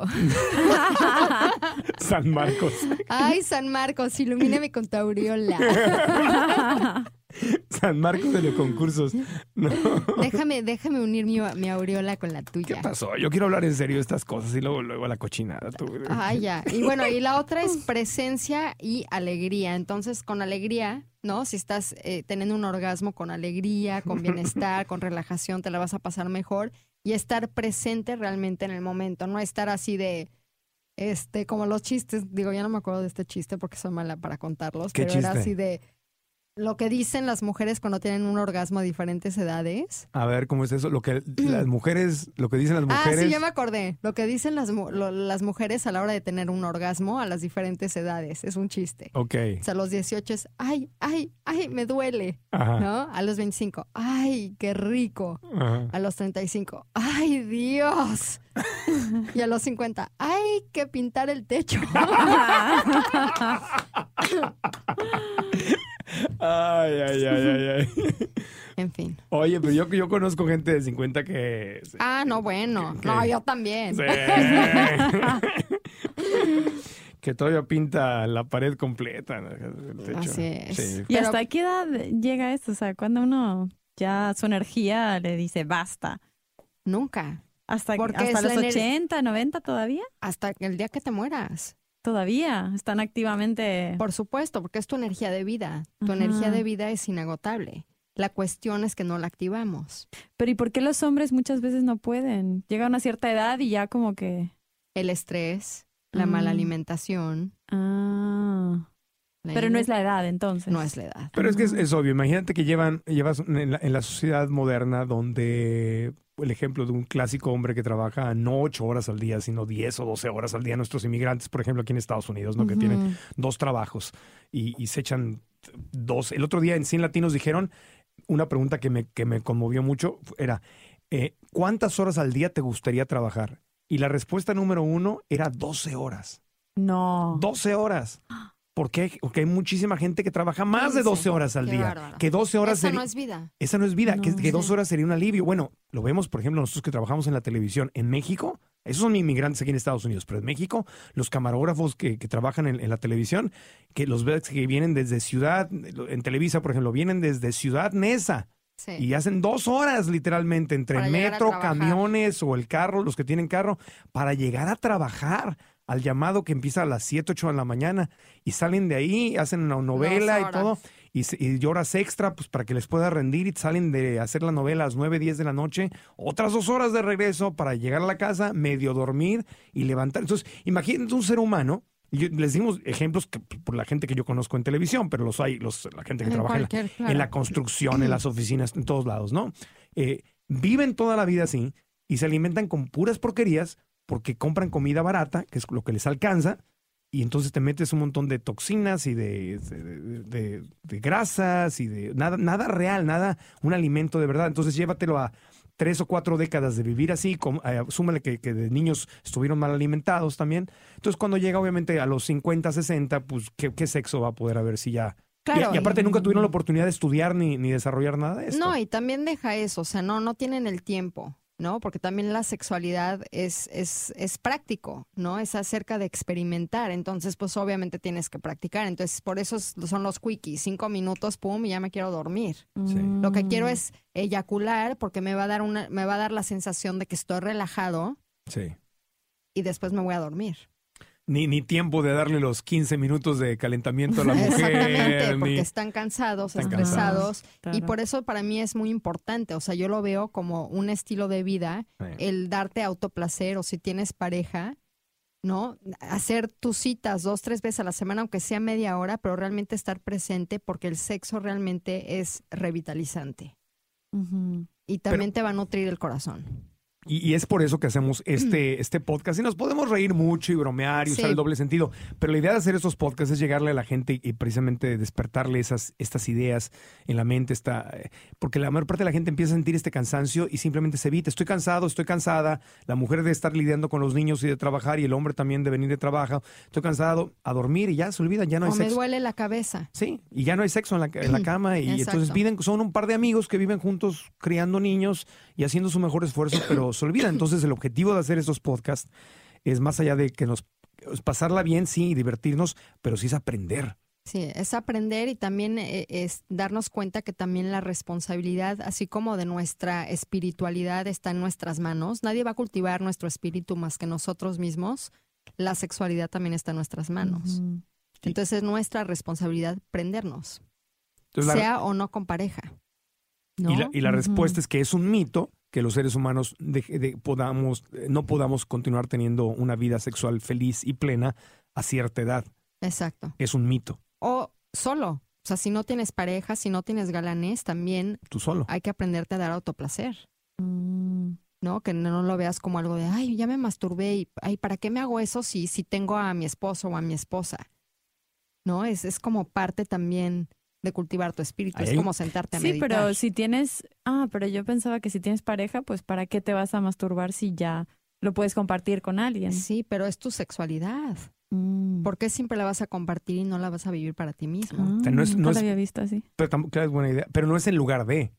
Speaker 4: San Marcos.
Speaker 5: Ay, San Marcos, ilumíname con tu aureola.
Speaker 4: San Marcos de los concursos. No.
Speaker 5: Déjame, déjame unir mi, mi aureola con la
Speaker 4: ¿Qué
Speaker 5: tuya.
Speaker 4: pasó? Yo quiero hablar en serio de estas cosas y luego, luego a la cochinada. tú.
Speaker 5: Ah, ya. Y bueno, y la otra es presencia y alegría. Entonces, con alegría, ¿no? Si estás eh, teniendo un orgasmo con alegría, con bienestar, con relajación, te la vas a pasar mejor. Y estar presente realmente en el momento, no estar así de, este, como los chistes. Digo, ya no me acuerdo de este chiste porque soy mala para contarlos,
Speaker 4: ¿Qué
Speaker 5: pero era
Speaker 4: chiste?
Speaker 5: así de, lo que dicen las mujeres cuando tienen un orgasmo a diferentes edades.
Speaker 4: A ver, ¿cómo es eso? Lo que las mujeres, lo que dicen las mujeres.
Speaker 5: Mm. Ah, sí, ya me acordé. Lo que dicen las, mu- lo- las mujeres a la hora de tener un orgasmo a las diferentes edades. Es un chiste.
Speaker 4: Ok.
Speaker 5: O sea, a los 18 es, ay, ay, ay, me duele,
Speaker 4: Ajá.
Speaker 5: ¿no? A los 25, ay, qué rico.
Speaker 4: ajá.
Speaker 5: A los 35, ay, Dios. Y a los 50, ay, que pintar el techo.
Speaker 4: Ay, ay, ay, ay, ay.
Speaker 5: en fin.
Speaker 4: Oye, pero yo, yo conozco gente de 50 que. se-
Speaker 5: Ah, no, bueno.
Speaker 4: ¿Qué?
Speaker 5: No, yo también.
Speaker 4: se- que todavía pinta la pared completa. ¿no? El techo.
Speaker 5: Así es.
Speaker 4: Sí.
Speaker 6: ¿Y
Speaker 5: Pero-
Speaker 6: hasta qué edad llega eso? O sea, cuando uno ya su energía le dice basta.
Speaker 5: Nunca.
Speaker 6: ¿Hasta,
Speaker 5: Porque
Speaker 6: hasta
Speaker 5: es
Speaker 6: los
Speaker 5: la ener-
Speaker 6: 80, 90 todavía?
Speaker 5: Hasta el día que te mueras.
Speaker 6: Todavía están activamente...
Speaker 5: Por supuesto, porque es tu energía de vida. Tu
Speaker 6: Ajá.
Speaker 5: energía de vida es inagotable. La cuestión es que no la activamos.
Speaker 6: Pero ¿y por qué los hombres muchas veces no pueden? Llega a una cierta edad y ya como que...
Speaker 5: El estrés, la mala
Speaker 6: Mm.
Speaker 5: alimentación.
Speaker 6: Ah. Pero no es la edad entonces.
Speaker 5: No es la edad.
Speaker 4: Pero es que es, es obvio. Imagínate que llevan, llevas en la, en la sociedad moderna donde el ejemplo de un clásico hombre que trabaja no ocho horas al día, sino 10 o 12 horas al día. Nuestros inmigrantes, por ejemplo, aquí en Estados Unidos, ¿no? que tienen dos trabajos y, y se echan dos. El otro día en 100 Latinos dijeron una pregunta que me, que me conmovió mucho, era, eh, ¿cuántas horas al día te gustaría trabajar? Y la respuesta número uno era 12 horas.
Speaker 6: No.
Speaker 4: 12 horas. ¿Por qué? Porque hay muchísima gente que trabaja más de 12 horas al
Speaker 5: Qué
Speaker 4: día.
Speaker 5: bárbaro.
Speaker 4: Que 12 horas
Speaker 5: Esa
Speaker 4: sería-
Speaker 5: no es vida.
Speaker 4: esa no es vida, que,
Speaker 6: No.
Speaker 4: que dos horas sería un alivio. Bueno, lo vemos, por ejemplo, nosotros que trabajamos en la televisión en México, esos son inmigrantes aquí en Estados Unidos, pero en México, los camarógrafos que, que trabajan en, en la televisión, que los ves que vienen desde Ciudad, en Televisa, por ejemplo, vienen desde Ciudad Nesa
Speaker 5: Sí.
Speaker 4: y hacen dos horas literalmente entre
Speaker 5: Para
Speaker 4: el
Speaker 5: llegar a
Speaker 4: metro,
Speaker 5: trabajar.
Speaker 4: camiones o el carro, los que tienen carro, para llegar a trabajar al llamado que empieza a las 7, 8 de la mañana y salen de ahí, hacen una novela y
Speaker 5: horas.
Speaker 4: todo y, se- y horas extra pues para que les pueda rendir y salen de hacer la novela a las 9, 10 de la noche, otras dos horas de regreso para llegar a la casa, medio dormir y levantar. Entonces, imagínate un ser humano. y yo- les dimos ejemplos que, por la gente que yo conozco en televisión, pero los hay, los, la gente que
Speaker 5: En
Speaker 4: trabaja en la,
Speaker 5: cualquier,
Speaker 4: en
Speaker 5: claro.
Speaker 4: la construcción, en las oficinas, en todos lados, ¿no? Eh, viven toda la vida así y se alimentan con puras porquerías porque compran comida barata, que es lo que les alcanza, y entonces te metes un montón de toxinas y de, de- de- de grasas y de nada, nada real, nada, un alimento de verdad. Entonces llévatelo a tres o cuatro décadas de vivir así, com- eh, súmale que, que de niños estuvieron mal alimentados también. Entonces cuando llega obviamente a los 50, 60, pues ¿qué, qué sexo va a poder haber si ya... Y-
Speaker 5: Claro,
Speaker 4: y, aparte
Speaker 5: y-
Speaker 4: nunca tuvieron la oportunidad de estudiar ni, ni desarrollar nada de esto.
Speaker 5: No, y también deja eso, o sea, no, no tienen el tiempo, ¿no? Porque también la sexualidad es, es, es práctico, ¿no? Es acerca de experimentar, entonces pues obviamente tienes que practicar, entonces por eso es- son los quickies, cinco minutos, pum, y ya me quiero dormir.
Speaker 4: Sí.
Speaker 5: Lo que quiero es eyacular porque me va a dar una, me va a dar la sensación de que estoy relajado
Speaker 4: Sí.
Speaker 5: y después me voy a dormir.
Speaker 4: Ni, ni tiempo de darle los 15 minutos de calentamiento a la mujer.
Speaker 5: Exactamente,
Speaker 4: ni-
Speaker 5: porque están cansados,
Speaker 4: Están
Speaker 5: estresados, y
Speaker 6: Claro.
Speaker 5: por eso para mí es muy importante, o sea, yo lo veo como un estilo de vida
Speaker 4: Sí.
Speaker 5: el darte autoplacer o si tienes pareja, ¿no? Hacer tus citas dos, tres veces a la semana, aunque sea media hora, pero realmente estar presente porque el sexo realmente es revitalizante
Speaker 6: Ujú.
Speaker 5: y también te va a nutrir el corazón.
Speaker 4: Y, y es por eso que hacemos este, este podcast. Y nos podemos reír mucho y bromear y usar
Speaker 5: Sí.
Speaker 4: el doble sentido. Pero la idea de hacer estos podcasts es llegarle a la gente y, y precisamente despertarle esas, estas ideas en la mente. Esta, eh, porque la mayor parte de la gente empieza a sentir este cansancio y simplemente se evita. Estoy cansado, estoy cansada. La mujer de estar lidiando con los niños y de trabajar y el hombre también de venir de trabajo. Estoy cansado a dormir y ya se olvida, ya no hay
Speaker 5: o me
Speaker 4: sexo.
Speaker 5: duele la cabeza.
Speaker 4: Sí, y ya no hay sexo en la, en la cama y
Speaker 5: Exacto.
Speaker 4: entonces viven, son un par de amigos que viven juntos criando niños y haciendo su mejor esfuerzo, pero se olvida. Entonces el objetivo de hacer estos podcasts es más allá de que nos es pasarla bien, sí, y divertirnos, pero sí es aprender.
Speaker 5: Sí, es aprender y también eh, es darnos cuenta que también la responsabilidad, así como de nuestra espiritualidad, está en nuestras manos. Nadie va a cultivar nuestro espíritu más que nosotros mismos. La sexualidad también está en nuestras manos.
Speaker 6: Ujú.
Speaker 4: Sí.
Speaker 5: Entonces es nuestra responsabilidad prendernos,
Speaker 4: Entonces, la-
Speaker 5: sea o no con pareja. ¿no?
Speaker 4: y la, y la
Speaker 6: Ujú.
Speaker 4: respuesta es que es un mito que los seres humanos deje- de- podamos, eh, no podamos continuar teniendo una vida sexual feliz y plena a cierta edad.
Speaker 5: Exacto.
Speaker 4: Es un mito.
Speaker 5: O solo. O sea, si no tienes pareja, si no tienes galanes, también
Speaker 4: Tú solo.
Speaker 5: hay que aprenderte a dar autoplacer,
Speaker 6: Mm,
Speaker 5: ¿no? Que no lo veas como algo de, ay, ya me masturbé y, ay, ¿para qué me hago eso si, si tengo a mi esposo o a mi esposa? ¿No? Es, es como parte también de cultivar tu espíritu,
Speaker 4: Ahí
Speaker 5: es
Speaker 4: hay-
Speaker 5: como sentarte a
Speaker 6: Sí,
Speaker 5: meditar.
Speaker 6: pero si tienes. Ah, pero yo pensaba que si tienes pareja, pues ¿para qué te vas a masturbar si ya lo puedes compartir con alguien?
Speaker 5: Sí, pero es tu sexualidad.
Speaker 6: Mm.
Speaker 5: ¿Por qué siempre la vas a compartir y no la vas a vivir para ti mismo?
Speaker 6: Ah,
Speaker 4: O sea, no es- no
Speaker 6: nunca
Speaker 4: es-
Speaker 6: la había visto así.
Speaker 4: Pero tampoco claro, es buena idea. Pero no es en lugar de.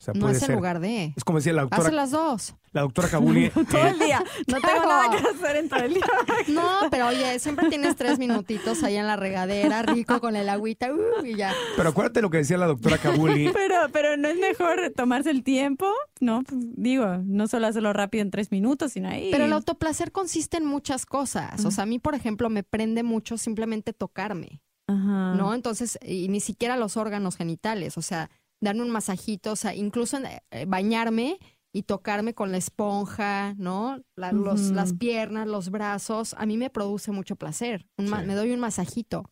Speaker 4: O sea,
Speaker 5: No
Speaker 4: puede
Speaker 5: es el
Speaker 4: ser.
Speaker 5: lugar de.
Speaker 4: Es como decía la doctora,
Speaker 5: Haz las dos.
Speaker 4: la doctora Kabuli.
Speaker 6: Todo
Speaker 4: eh,
Speaker 6: el día. No tengo
Speaker 5: Claro.
Speaker 6: nada que hacer en todo el día.
Speaker 5: No, pero oye, siempre tienes tres minutitos ahí en la regadera, rico con el agüita, uh, y ya.
Speaker 4: pero acuérdate lo que decía la doctora Kabuli.
Speaker 6: Pero, pero no es mejor tomarse el tiempo, ¿no? Pues, Digo, no solo hacerlo rápido en tres minutos, sino ahí.
Speaker 5: Pero el autoplacer consiste en muchas cosas. O sea, a mí, por ejemplo, me prende mucho simplemente tocarme,
Speaker 6: Ajá.
Speaker 5: ¿no? Entonces, y ni siquiera los órganos genitales, o sea, darme un masajito, o sea, incluso eh, bañarme y tocarme con la esponja, ¿no? La- los-
Speaker 6: Ujú.
Speaker 5: las piernas, los brazos, a mí me produce mucho placer. Un ma-
Speaker 4: Sí.
Speaker 5: Me doy un masajito.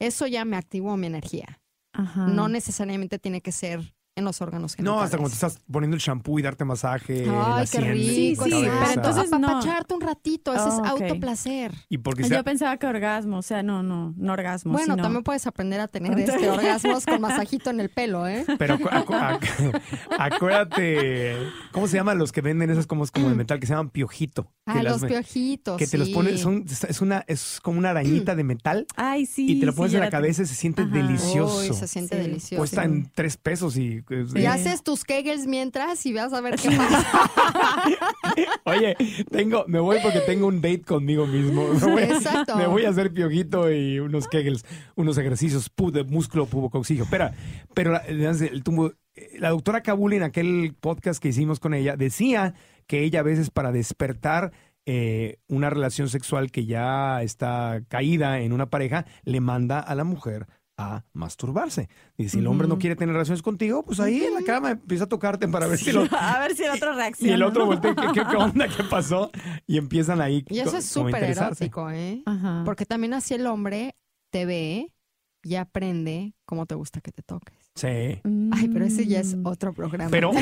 Speaker 5: Eso ya me activó mi energía.
Speaker 6: Ajá.
Speaker 5: no necesariamente tiene que ser en los órganos genitales.
Speaker 4: No, hasta cuando te estás poniendo el shampoo y darte masaje. en la
Speaker 5: Ay, qué
Speaker 4: sien, en la
Speaker 5: rico.
Speaker 6: Sí, sí,
Speaker 4: cabeza.
Speaker 5: exacto.
Speaker 6: pero entonces no.
Speaker 5: Apapacharte un ratito, ese
Speaker 6: Ah,
Speaker 5: es
Speaker 6: ok.
Speaker 5: autoplacer.
Speaker 4: Y porque sea-
Speaker 6: Yo pensaba que orgasmo, o sea, no, no, no orgasmo.
Speaker 5: Bueno,
Speaker 6: sino-
Speaker 5: también puedes aprender a tener este orgasmos con masajito en el pelo, ¿eh?
Speaker 4: Pero acu- acu- acu- acuérdate, ¿cómo se llaman los que venden esas como, como de metal que se llaman piojito? Que
Speaker 5: Ah,
Speaker 4: las
Speaker 5: los
Speaker 4: ve-
Speaker 5: piojitos.
Speaker 4: Que te los
Speaker 5: sí.
Speaker 4: ponen, son, es una, es como una arañita de metal
Speaker 6: Ay, sí.
Speaker 4: y te lo
Speaker 6: sí,
Speaker 4: pones
Speaker 6: ya
Speaker 4: en la
Speaker 6: te-
Speaker 4: cabeza y se siente
Speaker 6: Ajá. Oh,
Speaker 4: delicioso.
Speaker 5: Uy, se siente
Speaker 6: Sí.
Speaker 5: delicioso.
Speaker 4: Cuestan tres pesos y.
Speaker 5: Y
Speaker 6: Eh.
Speaker 5: haces tus kegels mientras y vas a ver qué pasa.
Speaker 4: Oye, tengo, me voy porque tengo un date conmigo mismo. Me voy,
Speaker 5: Exacto.
Speaker 4: me voy a hacer piojito y unos kegels, unos ejercicios pu- de músculo pubocoxígeno. Espera, pero la, el tumbo- la doctora Kabul en aquel podcast que hicimos con ella decía que ella a veces para despertar eh, una relación sexual que ya está caída en una pareja, le manda a la mujer a masturbarse. Y si el hombre no quiere tener relaciones contigo, pues ahí en la cama empieza a tocarte para ver si lo,
Speaker 6: A ver si el otro reacciona.
Speaker 4: y el otro
Speaker 6: ¿no?
Speaker 4: voltea, ¿qué, qué- qué onda? ¿Qué pasó? Y empiezan ahí.
Speaker 5: Y eso
Speaker 4: co-
Speaker 5: es
Speaker 4: como a
Speaker 5: súper
Speaker 4: interesarse.
Speaker 5: erótico, ¿eh?
Speaker 6: Ajá.
Speaker 5: Porque también así el hombre te ve y aprende cómo te gusta que te toques.
Speaker 4: Sí.
Speaker 5: Ay, pero ese ya es
Speaker 6: Mm.
Speaker 5: otro programa.
Speaker 4: Pero,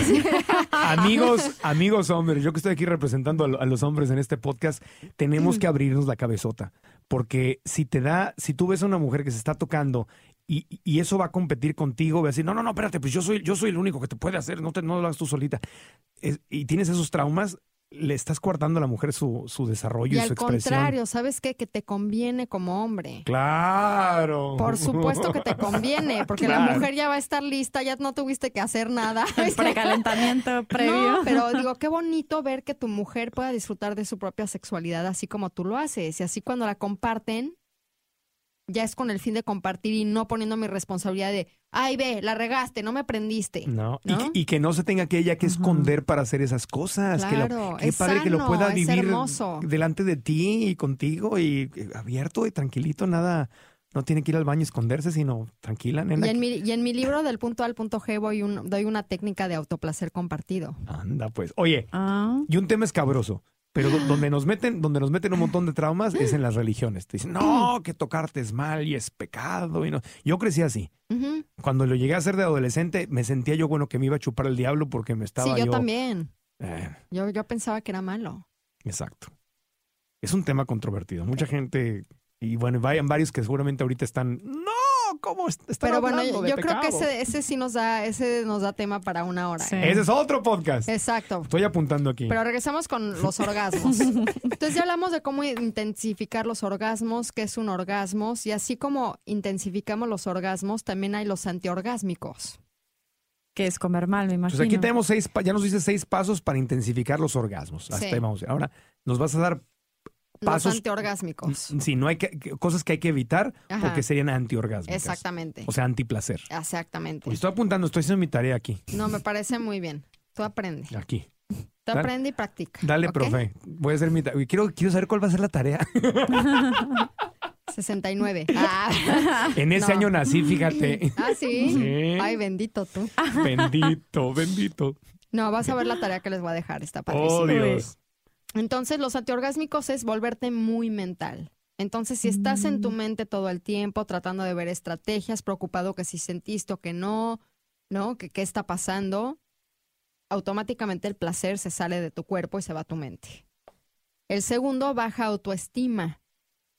Speaker 4: amigos, amigos hombres, yo que estoy aquí representando a, lo- a los hombres en este podcast, tenemos que abrirnos la cabezota. Porque si te da, si tú ves a una mujer que se está tocando y, y eso va a competir contigo, va a decir, no, no, no, espérate, pues yo soy, yo soy el único que te puede hacer, no, te, no lo hagas tú solita. Es- y tienes esos traumas, le estás coartando a la mujer su, su desarrollo y,
Speaker 5: Y al
Speaker 4: su expresión.
Speaker 5: contrario, ¿sabes qué? Que te conviene como hombre.
Speaker 4: Claro.
Speaker 5: Por supuesto que te conviene, porque la
Speaker 4: Claro.
Speaker 5: mujer ya va a estar lista, ya no tuviste que hacer nada.
Speaker 6: El precalentamiento previo.
Speaker 5: No, pero digo, qué bonito ver que tu mujer pueda disfrutar de su propia sexualidad así como tú lo haces. Y así cuando la comparten, ya es con el fin de compartir y no poniendo mi responsabilidad de, ay, ve, la regaste, no me prendiste.
Speaker 4: No, y,
Speaker 5: ¿no?
Speaker 4: que- y que no se tenga que ella que esconder para hacer esas cosas. que lo,
Speaker 5: Claro,
Speaker 4: qué
Speaker 5: es
Speaker 4: padre que lo
Speaker 5: sano,
Speaker 4: pueda
Speaker 5: es
Speaker 4: vivir
Speaker 5: hermoso.
Speaker 4: delante de ti y contigo y eh, abierto y tranquilito, nada. No tiene que ir al baño a esconderse, sino tranquila, nena.
Speaker 5: Y en, mi, y en mi libro del punto A al punto G voy un- doy una técnica de autoplacer compartido.
Speaker 4: Anda, pues. Oye,
Speaker 6: Ah.
Speaker 4: y un tema escabroso. Pero do- donde nos meten, donde nos meten un montón de traumas es en las religiones. Te dicen,
Speaker 5: Mm.
Speaker 4: no, que tocarte es mal y es pecado. Y no. Yo crecí así.
Speaker 5: Ujú.
Speaker 4: Cuando lo llegué a hacer de adolescente, me sentía yo bueno que me iba a chupar el diablo porque me
Speaker 5: Sí,
Speaker 4: estaba
Speaker 5: yo también.
Speaker 4: Eh,
Speaker 5: Yo, yo pensaba que era malo.
Speaker 4: Exacto. Es un tema controvertido. Mucha gente, y bueno, vayan varios que seguramente ahorita están. ¡No! ¿Cómo est- están
Speaker 5: Pero bueno,
Speaker 4: hablando
Speaker 5: yo,
Speaker 4: de
Speaker 5: yo creo que
Speaker 4: pecado?"
Speaker 5: ese, ese sí nos da, ese nos da tema para una hora.
Speaker 6: Sí.
Speaker 5: ¿eh?
Speaker 4: Ese es otro podcast.
Speaker 5: Exacto.
Speaker 4: Estoy apuntando aquí.
Speaker 5: Pero regresamos con los orgasmos. Entonces ya hablamos de cómo intensificar los orgasmos, qué es un orgasmo, y así como intensificamos los orgasmos, también hay los antiorgásmicos.
Speaker 6: Que es comer mal, me imagino.
Speaker 4: Entonces Pues aquí tenemos seis, pa- ya nos dice seis pasos para intensificar los orgasmos. Hasta
Speaker 5: Sí.
Speaker 4: ahí vamos. Ahora nos vas a dar Pasos-
Speaker 5: Los antiorgásmicos.
Speaker 4: sí, no hay que- que- cosas que hay que evitar
Speaker 5: Ajá.
Speaker 4: porque serían antiorgásmicas.
Speaker 5: Exactamente.
Speaker 4: O sea, pues, antiplacer.
Speaker 5: Exactamente.
Speaker 4: Oye, estoy apuntando, estoy haciendo mi tarea aquí.
Speaker 5: No, me parece muy bien. Tú aprende.
Speaker 4: Aquí.
Speaker 5: Tú
Speaker 4: Dale.
Speaker 5: aprende y practica.
Speaker 4: Dale,
Speaker 5: ¿ok?
Speaker 4: profe. Voy a hacer mi tarea. Quiero, quiero saber cuál va a ser la tarea.
Speaker 5: 69. Ah,
Speaker 4: En ese
Speaker 5: No.
Speaker 4: año nací, fíjate.
Speaker 5: Ah, ¿sí?
Speaker 4: Sí.
Speaker 5: Ay, bendito tú.
Speaker 4: Bendito, bendito.
Speaker 5: No, vas a ver la tarea que les voy a dejar, está
Speaker 4: Oh,
Speaker 5: padrísimo.
Speaker 4: Dios.
Speaker 5: Entonces, los antiorgásmicos es volverte muy mental. Entonces, si estás en tu mente todo el tiempo tratando de ver estrategias, preocupado que si sentiste o que no, ¿no? Que qué está pasando, automáticamente el placer se sale de tu cuerpo y se va a tu mente. El segundo, baja autoestima,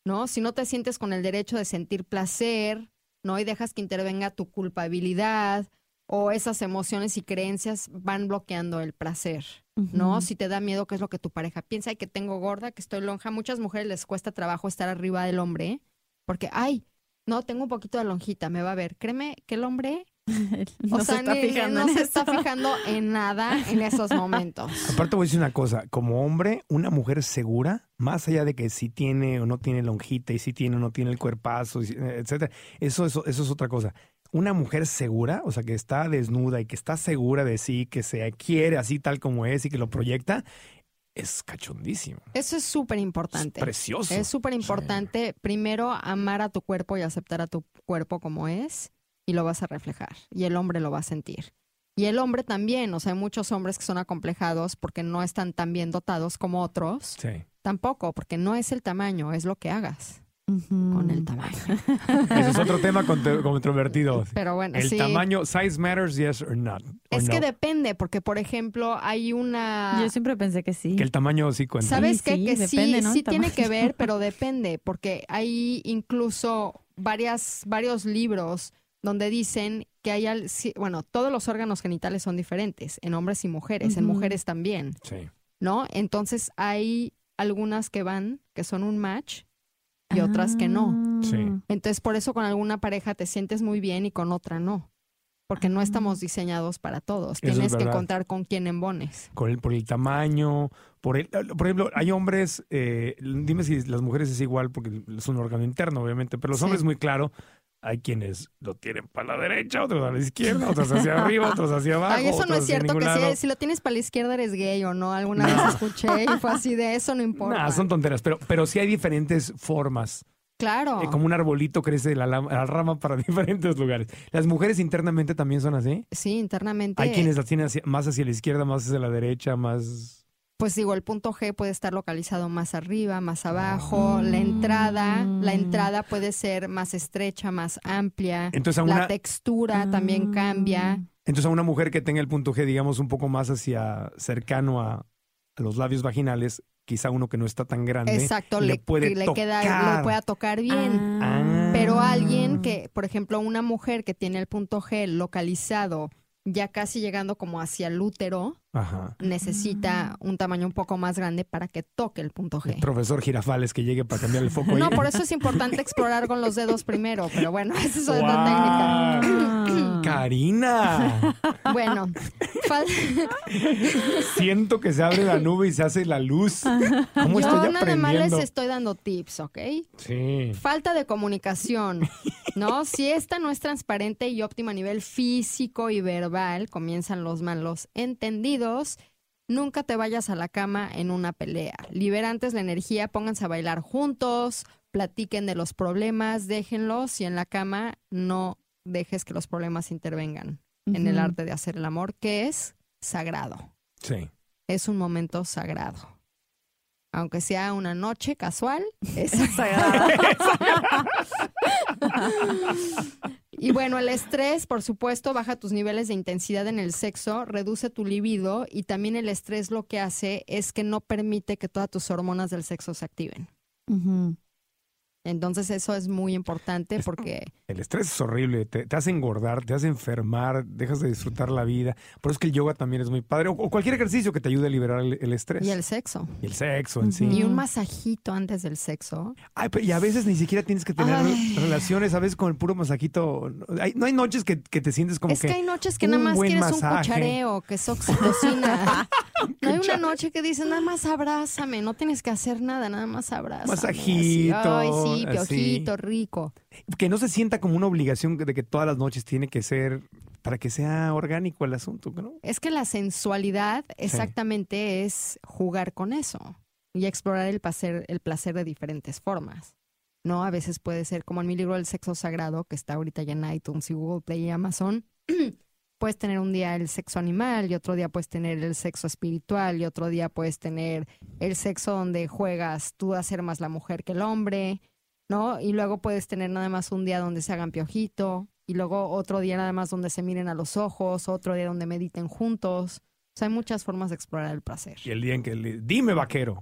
Speaker 5: ¿no? Si no te sientes con el derecho de sentir placer, ¿no? Y dejas que intervenga tu culpabilidad o esas emociones y creencias van bloqueando el placer. ¿no? Si te da miedo, ¿qué es lo que tu pareja piensa? Y que tengo gorda, que estoy lonja. Muchas mujeres les cuesta trabajo estar arriba del hombre, ¿eh? porque, ay, no, tengo un poquito de lonjita, me va a ver. Créeme que el hombre
Speaker 6: No
Speaker 5: o sea,
Speaker 6: se está
Speaker 5: ni-
Speaker 6: fijando
Speaker 5: no
Speaker 6: en
Speaker 5: se
Speaker 6: eso.
Speaker 5: está fijando en nada en esos momentos.
Speaker 4: Aparte voy a decir una cosa, como hombre, una mujer segura, más allá de que si tiene o no tiene lonjita y si tiene o no tiene el cuerpazo, y si- eh, etcétera, eso, eso, eso es otra cosa. Una mujer segura, o sea, que está desnuda y que está segura de sí, que se quiere así tal como es y que lo proyecta, es cachondísimo.
Speaker 5: Eso es súper importante.
Speaker 4: Es precioso.
Speaker 5: Es súper importante primero amar a tu cuerpo y aceptar a tu cuerpo como es y lo vas a reflejar y el hombre lo va a sentir. Y el hombre también, o sea, hay muchos hombres que son acomplejados porque no están tan bien dotados como otros.
Speaker 4: Sí.
Speaker 5: Tampoco, porque no es el tamaño, es lo que hagas con
Speaker 6: Mm.
Speaker 5: el tamaño.
Speaker 4: Eso es otro tema contro- controvertido.
Speaker 5: Pero bueno,
Speaker 4: El
Speaker 5: sí.
Speaker 4: tamaño, size matters, yes or not. or
Speaker 5: Es que
Speaker 4: no.
Speaker 5: depende, porque por ejemplo, hay una.
Speaker 6: Yo siempre pensé que sí.
Speaker 4: Que el tamaño sí cuenta.
Speaker 5: ¿Sabes
Speaker 6: Sí,
Speaker 5: qué?
Speaker 6: sí,
Speaker 5: que
Speaker 6: depende,
Speaker 5: sí,
Speaker 6: ¿no?
Speaker 5: sí
Speaker 6: El
Speaker 5: tiene
Speaker 6: tamaño.
Speaker 5: que ver, pero depende, porque hay incluso varias, varios libros donde dicen que hay, al- sí, bueno, todos los órganos genitales son diferentes, en hombres y mujeres, en
Speaker 6: Ujú.
Speaker 5: mujeres también,
Speaker 4: Sí.
Speaker 5: ¿no? Entonces hay algunas que van, que son un match,
Speaker 6: Ah.
Speaker 5: y otras que no.
Speaker 4: Sí.
Speaker 5: Entonces por eso con alguna pareja te sientes muy bien y con otra no, porque no estamos diseñados para todos,
Speaker 4: Ah. Eso es
Speaker 5: tienes que
Speaker 4: verdad.
Speaker 5: contar con quién embones.
Speaker 4: con el- por el tamaño, por el, por ejemplo, hay hombres, eh, dime si las mujeres es igual porque es un órgano interno, obviamente, pero los
Speaker 5: Sí.
Speaker 4: hombres muy claro, hay quienes lo tienen para la derecha, otros a la izquierda, otros hacia arriba, otros hacia abajo.
Speaker 5: Ay, eso no
Speaker 4: Ah, otros
Speaker 5: es
Speaker 4: de
Speaker 5: cierto,
Speaker 4: ningún
Speaker 5: que
Speaker 4: lado.
Speaker 5: si, si lo tienes para la izquierda eres gay o no. Alguna
Speaker 4: No.
Speaker 5: vez escuché y fue así de eso, no importa.
Speaker 4: Nah, son tonteras, pero, pero sí hay diferentes formas.
Speaker 5: Claro.
Speaker 4: Eh, como un arbolito crece de la, lam- la rama para diferentes lugares. Las mujeres internamente también son así.
Speaker 5: Sí, internamente.
Speaker 4: Hay quienes las tienen hacia- más hacia la izquierda, más hacia la derecha, más...
Speaker 5: Pues digo, el punto G puede estar localizado más arriba, más
Speaker 4: Ah.
Speaker 5: abajo. La entrada, la
Speaker 4: Mm.
Speaker 5: entrada puede ser más estrecha, más amplia.
Speaker 4: Entonces a
Speaker 5: La
Speaker 4: una, Mm.
Speaker 5: textura también cambia.
Speaker 4: Entonces, a una mujer que tenga el punto G, digamos, un poco más hacia cercano a, a los labios vaginales, quizá uno que no está tan grande.
Speaker 5: Exacto,
Speaker 4: le
Speaker 5: le,
Speaker 4: puede
Speaker 5: que le queda,
Speaker 4: tocar.
Speaker 5: le pueda tocar bien.
Speaker 4: Ah.
Speaker 5: Pero alguien que, por ejemplo, una mujer que tiene el punto G localizado, ya casi llegando como hacia el útero,
Speaker 4: Ajá.
Speaker 5: necesita un tamaño un poco más grande para que toque el punto
Speaker 4: El
Speaker 5: G.
Speaker 4: profesor Girafales que llegue para cambiar el foco. ahí.
Speaker 5: No, por eso es importante explorar con los dedos primero, pero bueno, esa es otra técnica.
Speaker 4: ¡Guau! Ah. Karina,
Speaker 5: Bueno, fal-
Speaker 4: siento que se abre la nube y se hace la luz. ¿Cómo
Speaker 5: yo
Speaker 4: estoy
Speaker 5: nada más les
Speaker 4: aprendiendo?
Speaker 5: estoy dando tips, ¿ok?
Speaker 4: Sí.
Speaker 5: Falta de comunicación, ¿no? Si esta no es transparente y óptima a nivel físico y verbal, comienzan los malos entendidos. Nunca te vayas a la cama en una pelea. Liberantes la energía, pónganse a bailar juntos, platiquen de los problemas, déjenlos y en la cama no dejes que los problemas intervengan en el
Speaker 6: Ujú.
Speaker 5: arte de hacer el amor, que es sagrado.
Speaker 4: Sí.
Speaker 5: Es un momento sagrado. Aunque sea una noche casual, es Y bueno, el estrés, por supuesto, baja tus niveles de intensidad en el sexo, reduce tu libido y también el estrés lo que hace es que no permite que todas tus hormonas del sexo se activen.
Speaker 6: Ujú.
Speaker 5: Entonces eso es muy importante porque
Speaker 4: El estrés es horrible, te, te hace engordar, te hace enfermar, dejas de disfrutar la vida. Por eso es que el yoga también es muy padre. O, o cualquier ejercicio que te ayude a liberar el, el estrés.
Speaker 5: y el sexo
Speaker 4: Y el sexo en sí.
Speaker 5: y un masajito antes del sexo.
Speaker 4: Ay, pero y a veces ni siquiera tienes que tener
Speaker 5: Ay.
Speaker 4: relaciones, a veces con el puro masajito. Hay- no hay noches que, que te sientes como
Speaker 5: es que, hay noches que
Speaker 4: un
Speaker 5: nada más
Speaker 4: buen
Speaker 5: quieres un
Speaker 4: masaje.
Speaker 5: cuchareo, que es oxitocina. no hay una noche que dices, nada más abrázame, no tienes que hacer nada, nada más abrázame. así.
Speaker 4: Masajito,
Speaker 5: Ay,
Speaker 4: así.
Speaker 5: sí, piojito, rico.
Speaker 4: que no se sienta como una obligación de que todas las noches tiene que ser para que sea orgánico el asunto, ¿no?
Speaker 5: Es que la sensualidad exactamente es jugar con eso y explorar el placer, el placer de diferentes formas. No, a veces puede ser como en mi libro El sexo sagrado que está ahorita ya en iTunes y Google Play y Amazon. puedes tener un día el sexo animal y otro día puedes tener el sexo espiritual y otro día puedes tener el sexo donde juegas tú a ser más la mujer que el hombre, ¿no? Y luego puedes tener nada más un día donde se hagan piojito y luego otro día nada más donde se miren a los ojos, otro día donde mediten juntos. O sea, hay muchas formas de explorar el placer.
Speaker 4: Y el día en que le... Dime, vaquero.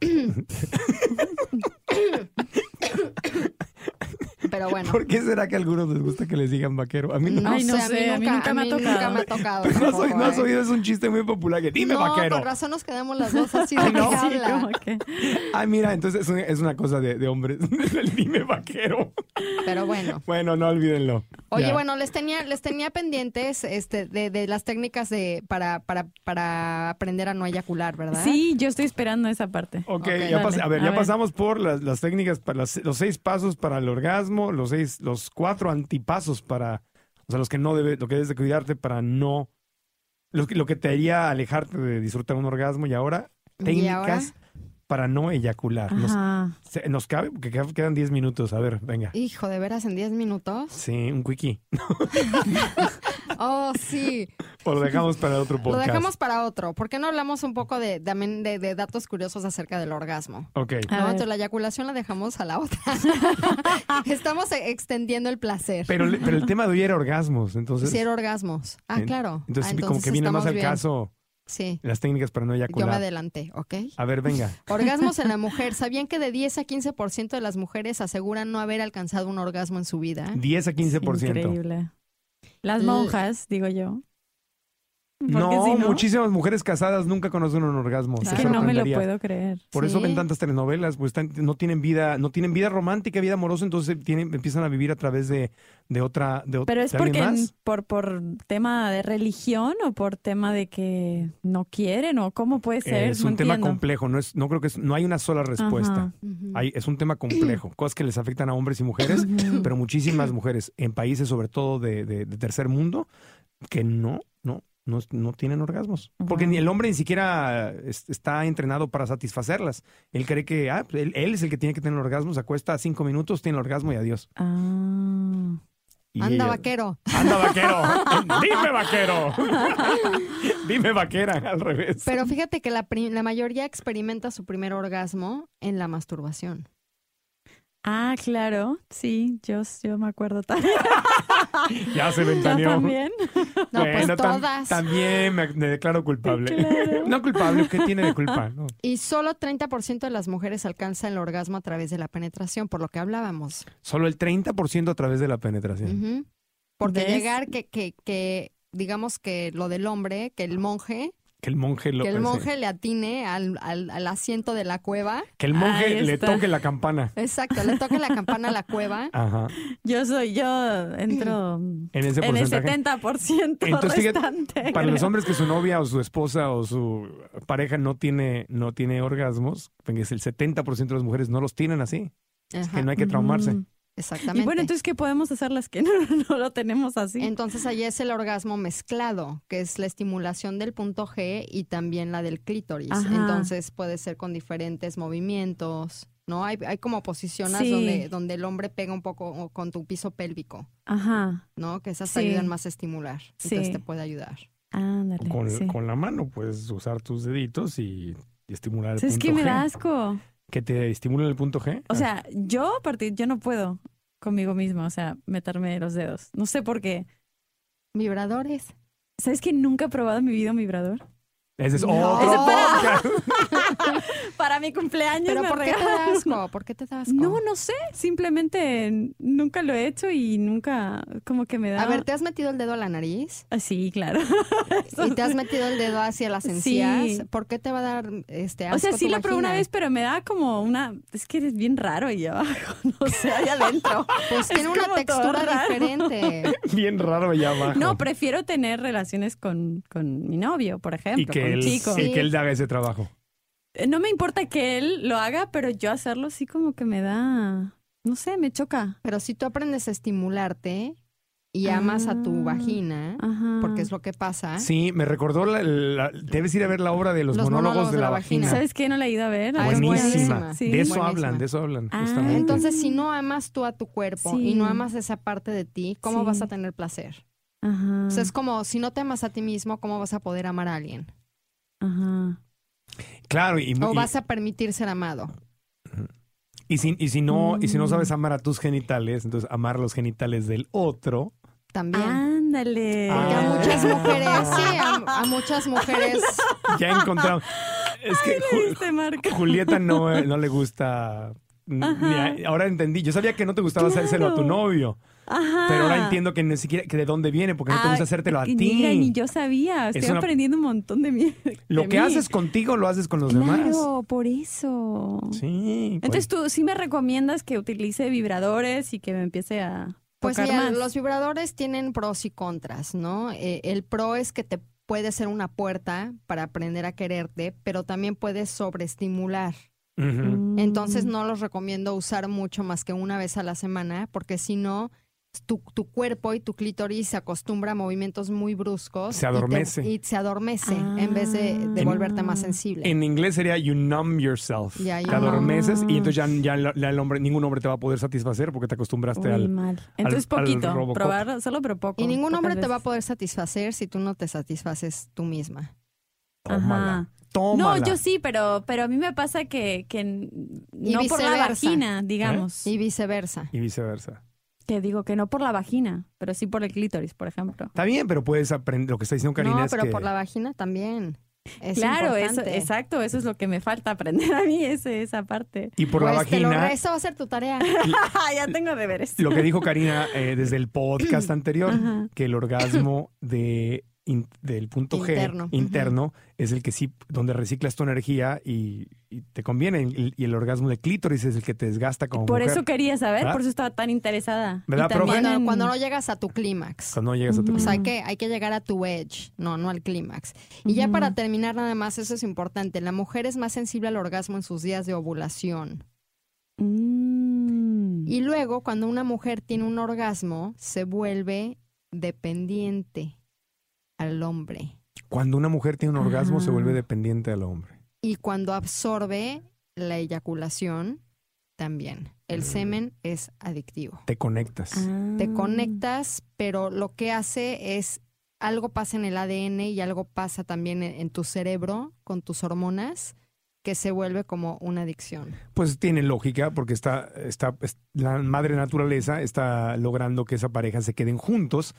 Speaker 5: Pero bueno.
Speaker 4: ¿Por qué será que a algunos les gusta que les digan vaquero? A mí no.
Speaker 5: No
Speaker 6: Ay, no
Speaker 5: sé, a mí nunca,
Speaker 6: me ha
Speaker 5: a mí
Speaker 6: tocado.
Speaker 5: nunca me ha tocado.
Speaker 4: Pero no, soy,
Speaker 5: tampoco,
Speaker 4: no has
Speaker 5: ¿eh?
Speaker 4: oído, es un chiste muy popular que dime
Speaker 5: no,
Speaker 4: vaquero.
Speaker 5: con razón nos quedamos las dos así de
Speaker 4: ¿no?
Speaker 5: que
Speaker 6: Sí,
Speaker 5: habla.
Speaker 6: como que-
Speaker 4: Ay, mira, entonces es una, es una cosa de, de hombres. el dime vaquero.
Speaker 5: Pero bueno.
Speaker 4: Bueno, no olvídenlo.
Speaker 5: Oye,
Speaker 4: Ya.
Speaker 5: bueno, les tenía, les tenía pendientes este, de, de las técnicas de, para, para, para aprender a no eyacular, ¿verdad?
Speaker 6: Sí, yo estoy esperando esa parte.
Speaker 4: Ok,
Speaker 5: Ok,
Speaker 4: ya
Speaker 6: dale.
Speaker 4: pas- a ver,
Speaker 6: A
Speaker 4: ya
Speaker 6: ver.
Speaker 4: pasamos por las, las técnicas, para las- los seis pasos para el orgasmo, los seis, los cuatro antipasos para, o sea, los que no debe, lo que debes de cuidarte para no, lo, que- lo que te haría alejarte de disfrutar un orgasmo y ahora técnicas
Speaker 5: ¿Y ahora?
Speaker 4: para no eyacular. Nos,
Speaker 6: Ajá.
Speaker 4: se- nos cabe porque quedan- quedan 10 minutos, a ver, venga.
Speaker 5: Hijo, ¿de veras en 10 minutos?
Speaker 4: Sí, un quickie.
Speaker 5: Oh, sí.
Speaker 4: O lo dejamos para otro
Speaker 5: Lo
Speaker 4: podcast.
Speaker 5: dejamos para otro. ¿Por qué no hablamos un poco de, también de, de datos curiosos acerca del orgasmo?
Speaker 4: Ok,
Speaker 5: No,
Speaker 6: A ver.
Speaker 5: entonces la eyaculación la dejamos a la otra. Estamos eh, extendiendo el placer.
Speaker 4: pero, le- pero el tema de hoy era orgasmos, entonces...
Speaker 5: Si era orgasmos. Ah,
Speaker 4: en-
Speaker 5: claro.
Speaker 4: Entonces,
Speaker 5: Ah,
Speaker 4: como que viene más
Speaker 5: estamos
Speaker 4: al
Speaker 5: bien.
Speaker 4: caso
Speaker 5: Sí,
Speaker 4: las técnicas para no
Speaker 5: yo me
Speaker 4: eyacular.
Speaker 5: adelanté, ¿ok?
Speaker 4: A ver, venga.
Speaker 5: Orgasmos en la mujer. ¿Sabían que de 10 a 15% de las mujeres aseguran no haber alcanzado un orgasmo en su vida?
Speaker 4: 10 a 15%.
Speaker 6: Increíble. Las
Speaker 5: L-
Speaker 6: monjas, digo yo. Porque
Speaker 4: No,
Speaker 6: si
Speaker 4: muchísimas mujeres casadas nunca conocen un orgasmo.
Speaker 6: Es
Speaker 4: Te
Speaker 6: que no me lo
Speaker 4: sorprendería.
Speaker 6: puedo creer.
Speaker 4: Por eso
Speaker 5: Sí.
Speaker 4: ven tantas telenovelas, pues tan- no tienen vida, no tienen vida romántica, vida amorosa, entonces tienen, empiezan a vivir a través de, de otra, de, ot-
Speaker 6: Pero es
Speaker 4: de alguien
Speaker 6: porque en-
Speaker 4: más.
Speaker 6: por, por tema de religión o por tema de que no quieren o cómo puede ser.
Speaker 4: Eh, es
Speaker 6: no
Speaker 4: un tema
Speaker 6: entiendo.
Speaker 4: complejo, no es, no creo que es- no hay una sola respuesta.
Speaker 6: Ajá.
Speaker 5: Ujú.
Speaker 4: Hay- es un tema complejo, cosas que les afectan a hombres y mujeres, pero muchísimas mujeres en países sobre todo de, de- de tercer mundo que no, no, no, no tienen orgasmos. Porque
Speaker 6: Wow.
Speaker 4: ni el hombre ni siquiera es- está entrenado para satisfacerlas. Él cree que ah, pues, él, él es el que tiene que tener orgasmos, se acuesta cinco minutos, tiene el orgasmo y adiós.
Speaker 6: Ah.
Speaker 4: Y
Speaker 5: Anda,
Speaker 4: ella-
Speaker 5: vaquero.
Speaker 4: Anda vaquero. Dime vaquero. Dime vaquera al revés.
Speaker 5: Pero fíjate que la, pri- la mayoría experimenta su primer orgasmo en la masturbación.
Speaker 6: Ah, claro. Sí, yo, yo me acuerdo también.
Speaker 4: ya se
Speaker 6: Yo
Speaker 4: ventaneó.
Speaker 6: también.
Speaker 5: No,
Speaker 4: Bueno,
Speaker 5: pues
Speaker 4: tam-
Speaker 5: todas.
Speaker 4: también me, me declaro culpable. No culpable, ¿qué tiene de culpa? No.
Speaker 5: Y solo 30% de las mujeres alcanzan el orgasmo a través de la penetración, por lo que hablábamos.
Speaker 4: Solo el 30% a través de la penetración.
Speaker 5: Ujú. Porque
Speaker 6: ¿Ves?
Speaker 5: llegar que, que, que, digamos que lo del hombre, que el monje,
Speaker 4: Que el monje lo
Speaker 5: que el
Speaker 4: sí.
Speaker 5: monje le atine al, al- al asiento de la cueva.
Speaker 4: Que el monje
Speaker 6: Ahí
Speaker 4: le
Speaker 6: está.
Speaker 4: toque la campana.
Speaker 5: Exacto, le toca la campana a la cueva.
Speaker 4: Ajá.
Speaker 6: Yo soy, yo entro mm,
Speaker 4: En ese
Speaker 6: en el
Speaker 4: porcentaje.
Speaker 6: 70%
Speaker 4: Entonces, fíjate,
Speaker 6: restante.
Speaker 4: Para
Speaker 6: creo.
Speaker 4: los hombres que su novia o su esposa o su pareja no tiene, no tiene orgasmos, porque es el 70% de las mujeres no los tienen así. Es
Speaker 5: Ajá,
Speaker 4: que no hay que traumarse.
Speaker 6: Mm.
Speaker 5: Exactamente.
Speaker 6: Y bueno, entonces, ¿qué podemos hacer las que no, no lo tenemos así?
Speaker 5: Entonces ahí es el orgasmo mezclado, que es la estimulación del punto G y también la del clítoris.
Speaker 6: Ajá.
Speaker 5: Entonces puede ser con diferentes movimientos, ¿no? Hay, hay como posiciones
Speaker 6: Sí.
Speaker 5: donde, donde el hombre pega un poco o con tu piso pélvico,
Speaker 6: Ajá,
Speaker 5: ¿no? Que esas te
Speaker 6: Sí.
Speaker 5: ayudan más a estimular. Entonces
Speaker 6: Sí.
Speaker 5: te puede ayudar.
Speaker 6: ándale.
Speaker 4: Con,
Speaker 6: sí.
Speaker 4: con la mano puedes usar tus deditos y, y estimular el
Speaker 6: Sí, es
Speaker 4: punto
Speaker 6: que me
Speaker 4: G.
Speaker 6: da asco.
Speaker 4: Que te estimulen el punto G.
Speaker 5: Ah.
Speaker 6: O sea, yo a partir, yo no puedo conmigo misma, o sea, meterme los dedos. No sé por qué.
Speaker 5: Vibradores.
Speaker 6: ¿Sabes que nunca he probado en mi vida un vibrador?
Speaker 4: Ah, ese es
Speaker 5: No.
Speaker 4: otro
Speaker 5: Ese
Speaker 4: podcast.
Speaker 6: Para mi cumpleaños
Speaker 5: Pero
Speaker 6: me
Speaker 5: ¿por qué te da
Speaker 6: regalaron.
Speaker 5: asco? ¿Por qué te da asco?
Speaker 6: No, no sé. Simplemente n- nunca lo he hecho y nunca como que me da...
Speaker 5: A ver, ¿te has metido el dedo a la nariz?
Speaker 6: Ah, Sí, claro.
Speaker 5: ¿Y te has metido el dedo hacia las
Speaker 6: Sí.
Speaker 5: encías? ¿Por qué te va a dar este asco
Speaker 6: O sea, sí
Speaker 5: tu
Speaker 6: lo probé una
Speaker 5: vagina?
Speaker 6: vez, pero me da como una... Es que eres bien raro y abajo, no sé, ahí adentro.
Speaker 5: Pues
Speaker 6: Es
Speaker 5: tiene una
Speaker 6: como
Speaker 5: textura
Speaker 6: todo raro.
Speaker 5: diferente.
Speaker 4: Bien raro allá abajo.
Speaker 6: No, prefiero tener relaciones con, con mi novio, por ejemplo,
Speaker 4: y que
Speaker 6: con
Speaker 4: él,
Speaker 6: chicos.
Speaker 4: y que él haga ese trabajo.
Speaker 6: Eh, No me importa que él lo haga, pero yo hacerlo sí como que me da... No sé, me choca.
Speaker 5: Pero si tú aprendes a estimularte y amas a tu
Speaker 6: Ah.
Speaker 5: vagina,
Speaker 6: Ajá.
Speaker 5: porque es lo que
Speaker 6: ¿Ah?
Speaker 5: pasa.
Speaker 4: Sí, me recordó la, la- debes ir a ver la obra de los,
Speaker 5: Los
Speaker 4: monólogos, de la, vagina.
Speaker 6: ¿Sabes qué? No la he ido a ver.
Speaker 5: Ah, es
Speaker 4: Buenísima.
Speaker 5: buenísima.
Speaker 6: Sí.
Speaker 4: De eso
Speaker 5: Buenísima.
Speaker 4: hablan, de eso hablan.
Speaker 6: Ah,
Speaker 4: justamente.
Speaker 5: Entonces, si no amas tú a tu cuerpo y no
Speaker 6: Sí.
Speaker 5: amas esa parte de ti, ¿cómo
Speaker 6: Sí. Ah.
Speaker 5: vas a tener placer?
Speaker 6: Ajá.
Speaker 5: O sea, es como, si no te amas a ti mismo, ¿cómo vas a poder amar a alguien?
Speaker 6: Ajá.
Speaker 4: Claro, y,
Speaker 5: O
Speaker 4: y-
Speaker 5: vas a permitir ser amado.
Speaker 4: y si, y si no, y si
Speaker 6: Mm.
Speaker 4: no sabes amar a tus genitales, entonces amar los genitales del otro.
Speaker 5: También.
Speaker 6: Ah. Ándale.
Speaker 5: Porque a
Speaker 4: Ah.
Speaker 5: muchas mujeres, sí, a, a muchas mujeres.
Speaker 4: Ya encontramos. Es que Ju-
Speaker 6: Este marca.
Speaker 4: Julieta no, eh, no le gusta. ni a- ahora entendí. Yo sabía que no te gustaba hacérselo a tu
Speaker 6: Claro.
Speaker 4: novio,
Speaker 6: Ajá.
Speaker 4: pero ahora entiendo que ni siquiera que de dónde viene, porque no te
Speaker 6: Ah,
Speaker 4: gusta hacértelo a
Speaker 6: ni-
Speaker 4: ti.
Speaker 6: mira, ni yo sabía. Estoy
Speaker 4: Es una-
Speaker 6: aprendiendo un montón de mí.
Speaker 4: Lo
Speaker 6: de
Speaker 4: que
Speaker 6: mí.
Speaker 4: haces contigo lo haces con los demás.
Speaker 6: Claro, por eso.
Speaker 4: Sí. pues.
Speaker 6: Entonces tú sí me recomiendas que utilice vibradores y que me empiece a
Speaker 5: Pues
Speaker 6: tocar
Speaker 5: mira,
Speaker 6: más.
Speaker 5: los vibradores tienen pros y contras, ¿no? Eh, el pro es que te puede ser una puerta para aprender a quererte, pero también puedes sobreestimular.
Speaker 4: cuál. Ujú.
Speaker 5: Entonces no los recomiendo usar mucho más que una vez a la semana, porque si no, tu, tu cuerpo y tu clítoris se acostumbra a movimientos muy bruscos.
Speaker 4: Se
Speaker 5: y te-
Speaker 4: adormece.
Speaker 5: Y, se adormece en vez de, de
Speaker 6: Ah.
Speaker 5: volverte más sensible.
Speaker 4: En inglés sería you numb yourself.
Speaker 5: Ya, Ah.
Speaker 4: te
Speaker 5: ya.
Speaker 4: adormeces y entonces ya, ya el- ya el hombre, ningún hombre te va a poder satisfacer porque te acostumbraste
Speaker 6: Uy,
Speaker 4: al.
Speaker 6: mal. Entonces
Speaker 4: al
Speaker 6: poquito,
Speaker 4: Robocop.
Speaker 6: probar solo pero poco.
Speaker 5: y ningún
Speaker 6: pocas
Speaker 5: hombre te va a
Speaker 6: veces.
Speaker 5: poder satisfacer si tú no te satisfaces tú misma.
Speaker 4: Tómala.
Speaker 6: Ajá.
Speaker 4: Tómala.
Speaker 6: No, yo sí, pero pero a mí me pasa que que n- no por la
Speaker 5: viceversa. ¿Eh?
Speaker 6: vagina, digamos.
Speaker 5: Y viceversa.
Speaker 4: Y viceversa.
Speaker 6: Que digo que no por la vagina, pero sí por el clítoris, por ejemplo.
Speaker 4: Está bien, pero puedes aprender. Lo que está diciendo Karina
Speaker 5: no,
Speaker 4: es
Speaker 5: pero
Speaker 4: que
Speaker 5: por la vagina también. Es
Speaker 6: claro, eso,
Speaker 5: importante.
Speaker 6: exacto, eso es lo que me falta aprender a mí, ese, esa parte.
Speaker 4: Y por la
Speaker 5: Pues te lo
Speaker 4: vagina,
Speaker 5: re- esa va a ser tu tarea. Ah,
Speaker 6: ya tengo deberes.
Speaker 4: lo que dijo Karina eh, desde el podcast anterior,
Speaker 6: Ajá.
Speaker 4: que el orgasmo de in- del punto G
Speaker 5: Interno. Ujú.
Speaker 4: interno es el que sí, donde reciclas tu energía y, y te conviene. Y, y el orgasmo de clítoris es el que te desgasta como
Speaker 6: Por
Speaker 4: mujer
Speaker 6: eso quería saber,
Speaker 4: ¿Verdad?
Speaker 6: por eso estaba tan interesada. Y
Speaker 4: ¿Verdad, profe?
Speaker 6: también
Speaker 5: Cuando,
Speaker 6: en-
Speaker 5: cuando no llegas a tu clímax.
Speaker 4: cuando no llegas a tu
Speaker 5: O sea, hay
Speaker 6: Ujú.
Speaker 5: que, hay que llegar a tu edge, no, no al clímax. Y ya
Speaker 6: Ujú.
Speaker 5: para terminar, nada más, eso es importante. La mujer es más sensible al orgasmo en sus días de ovulación.
Speaker 6: Mm.
Speaker 5: Y luego, cuando una mujer tiene un orgasmo, se vuelve dependiente al hombre.
Speaker 4: Cuando una mujer tiene un orgasmo se
Speaker 6: Ajá.
Speaker 4: vuelve dependiente al hombre.
Speaker 5: Y cuando absorbe la eyaculación, también.
Speaker 4: Mm.
Speaker 5: El semen es adictivo.
Speaker 4: Te conectas.
Speaker 5: Te
Speaker 6: Ah.
Speaker 5: conectas, pero lo que hace es algo pasa en el ADN y algo pasa también en, en tu cerebro con tus hormonas que se vuelve como una adicción.
Speaker 4: Pues tiene lógica porque está, está es- la madre naturaleza está logrando que esa pareja se queden juntos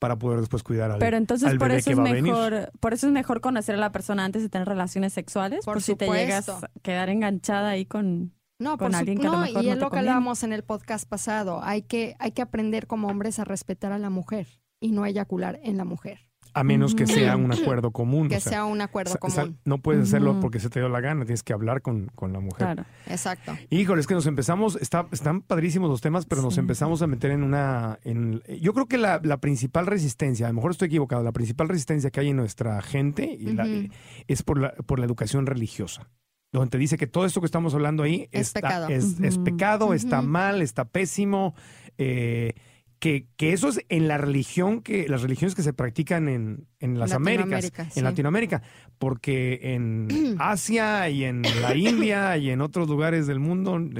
Speaker 4: para poder después cuidar al,
Speaker 6: Pero entonces
Speaker 4: al
Speaker 6: por
Speaker 4: bebé
Speaker 6: eso
Speaker 4: que
Speaker 6: es
Speaker 4: va a venir.
Speaker 6: mejor, por eso es mejor conocer a la persona antes de tener relaciones sexuales,
Speaker 5: Por
Speaker 6: por, si te
Speaker 5: supuesto.
Speaker 6: llegas a quedar enganchada ahí con
Speaker 5: No,
Speaker 6: Con
Speaker 5: por su-
Speaker 6: alguien que a lo
Speaker 5: no,
Speaker 6: mejor
Speaker 5: y
Speaker 6: no
Speaker 5: es
Speaker 6: te
Speaker 5: lo que
Speaker 6: conviene.
Speaker 5: hablábamos en el podcast pasado. Hay que, hay que aprender como hombres a respetar a la mujer y no eyacular en la mujer.
Speaker 4: A menos que
Speaker 6: Ujú.
Speaker 4: sea un acuerdo común.
Speaker 5: Que
Speaker 4: o sea,
Speaker 5: sea un acuerdo
Speaker 4: sa- sa-
Speaker 5: común.
Speaker 4: no puedes hacerlo
Speaker 6: Ujú.
Speaker 4: porque se te dio la gana, tienes que hablar con, con la mujer.
Speaker 6: claro.
Speaker 5: Exacto.
Speaker 4: Híjole, es que nos empezamos, está, están padrísimos los temas, pero nos
Speaker 6: Sí.
Speaker 4: empezamos a meter en una... En, yo creo que la, la principal resistencia, a lo mejor estoy equivocado, la principal resistencia que hay en nuestra gente y la-
Speaker 5: Ujú.
Speaker 4: es por la, por la educación religiosa, donde te dice que todo esto que estamos hablando ahí
Speaker 5: Es
Speaker 4: está-
Speaker 5: pecado.
Speaker 4: es- es
Speaker 6: Ujú.
Speaker 4: pecado, está
Speaker 5: Ujú.
Speaker 4: mal, está pésimo, eh, que, que eso es en la religión, que las religiones que se practican en, en las Américas,
Speaker 5: Latinoamérica, sí.
Speaker 4: en Latinoamérica, porque en Asia y en la India y en otros lugares del mundo el-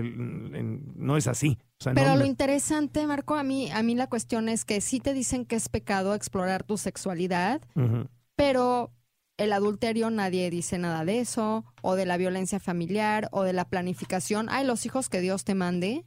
Speaker 4: en- no es así. O sea, no-
Speaker 5: Pero lo interesante, Marco, a mí, a mí la cuestión es que sí te dicen que es pecado explorar tu sexualidad,
Speaker 4: Ujú.
Speaker 5: pero el adulterio nadie dice nada de eso, o de la violencia familiar, o de la planificación. Ay, los hijos que Dios te mande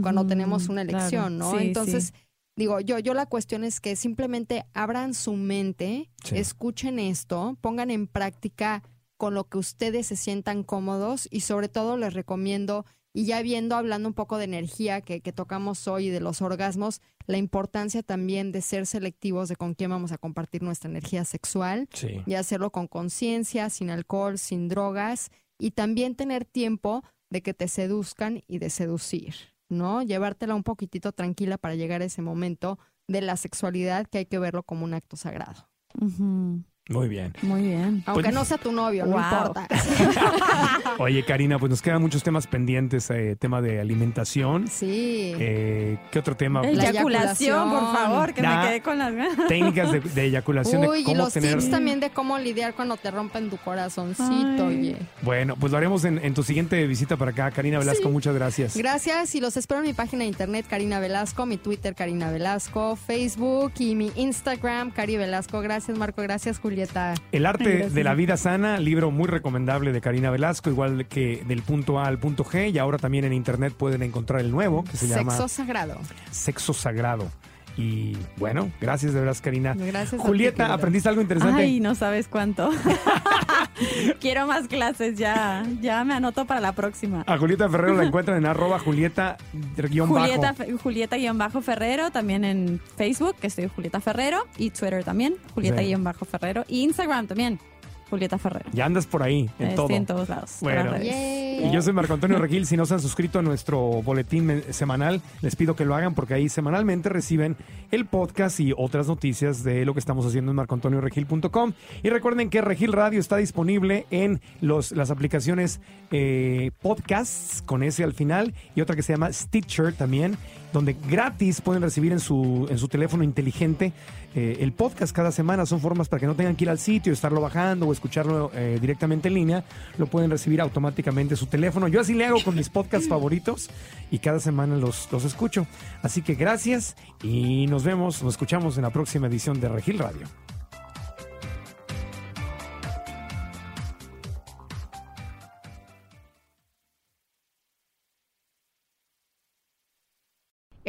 Speaker 5: cuando
Speaker 6: Ujú,
Speaker 5: tenemos una
Speaker 6: claro.
Speaker 5: elección, ¿no?
Speaker 6: Sí, sí.
Speaker 5: Entonces, digo, yo, yo la cuestión es que simplemente abran su mente,
Speaker 4: Sí.
Speaker 5: escuchen esto, pongan en práctica con lo que ustedes se sientan cómodos y sobre todo les recomiendo, y ya viendo, hablando un poco de energía que, que tocamos hoy y de los orgasmos, la importancia también de ser selectivos de con quién vamos a compartir nuestra energía sexual
Speaker 4: Sí.
Speaker 5: y hacerlo con conciencia, sin alcohol, sin drogas y también tener tiempo de que te seduzcan y de seducir, ¿no? Llevártela un poquitito tranquila para llegar a ese momento de la sexualidad que hay que verlo como un acto sagrado.
Speaker 6: Ujú.
Speaker 4: Muy bien.
Speaker 6: Muy bien.
Speaker 5: Aunque
Speaker 4: Pues-
Speaker 5: no sea tu novio,
Speaker 6: Wow.
Speaker 5: no importa.
Speaker 4: Oye, Karina, pues nos quedan muchos temas pendientes. eh, tema de alimentación.
Speaker 5: Sí.
Speaker 4: Eh, ¿Qué otro tema?
Speaker 5: La
Speaker 6: eyaculación, por
Speaker 5: eyaculación.
Speaker 6: favor, que
Speaker 4: Nah.
Speaker 6: me quedé con las ganas.
Speaker 4: Técnicas de, de eyaculación,
Speaker 5: Uy,
Speaker 4: de
Speaker 5: y
Speaker 4: cómo
Speaker 5: los
Speaker 4: tener...
Speaker 5: tips también de cómo lidiar cuando te rompen tu corazoncito,
Speaker 6: Ay.
Speaker 5: oye.
Speaker 4: Bueno, pues lo haremos en, en tu siguiente visita para acá. Karina Velasco, muchas gracias.
Speaker 5: Gracias y los espero en mi página de internet Karina Velasco, mi Twitter Karina Velasco, Facebook y mi Instagram Cari Velasco. Gracias Marco, gracias Julieta.
Speaker 4: El arte
Speaker 6: Gracias.
Speaker 4: de la vida sana, libro muy recomendable de Karina Velasco, igual que del punto A al punto G. Y ahora también en internet pueden encontrar el nuevo que se
Speaker 5: Sexo
Speaker 4: llama
Speaker 5: sagrado.
Speaker 4: Sexo Sagrado. Y bueno, gracias de verdad, Karina.
Speaker 5: Gracias. a ti,
Speaker 4: Julieta,
Speaker 5: querida.
Speaker 4: ¿aprendiste algo interesante?
Speaker 6: Ay, no sabes cuánto. Quiero más clases ya. Ya me anoto para la próxima.
Speaker 4: A Julieta Ferrero la encuentran en arroba Julieta guión bajo.
Speaker 6: Julieta, Fe- Julieta guión bajo Ferrero, también en Facebook, que estoy Julieta Ferrero, y Twitter también, Julieta
Speaker 4: Sí.
Speaker 6: guión bajo Ferrero, y Instagram también, Julieta Ferrero.
Speaker 4: Ya andas por ahí, en
Speaker 6: Estoy
Speaker 4: todo.
Speaker 6: Este, en todos lados.
Speaker 4: Bueno.
Speaker 6: todas las redes.
Speaker 5: Yay.
Speaker 4: Y yo soy Marco Antonio Regil. Si no se han suscrito a nuestro boletín men- semanal, les pido que lo hagan porque ahí semanalmente reciben el podcast y otras noticias de lo que estamos haciendo en marcoantonioregil.com. Y recuerden que Regil Radio está disponible en los, las aplicaciones eh, podcasts con ese al final y otra que se llama Stitcher también, donde gratis pueden recibir en su, en su teléfono inteligente eh, el podcast cada semana. Son formas para que no tengan que ir al sitio, estarlo bajando o escucharlo eh, directamente en línea. Lo pueden recibir automáticamente en su teléfono. Yo así le hago con mis podcasts favoritos y cada semana los, los escucho. Así que gracias y nos vemos, nos escuchamos en la próxima edición de Regil Radio.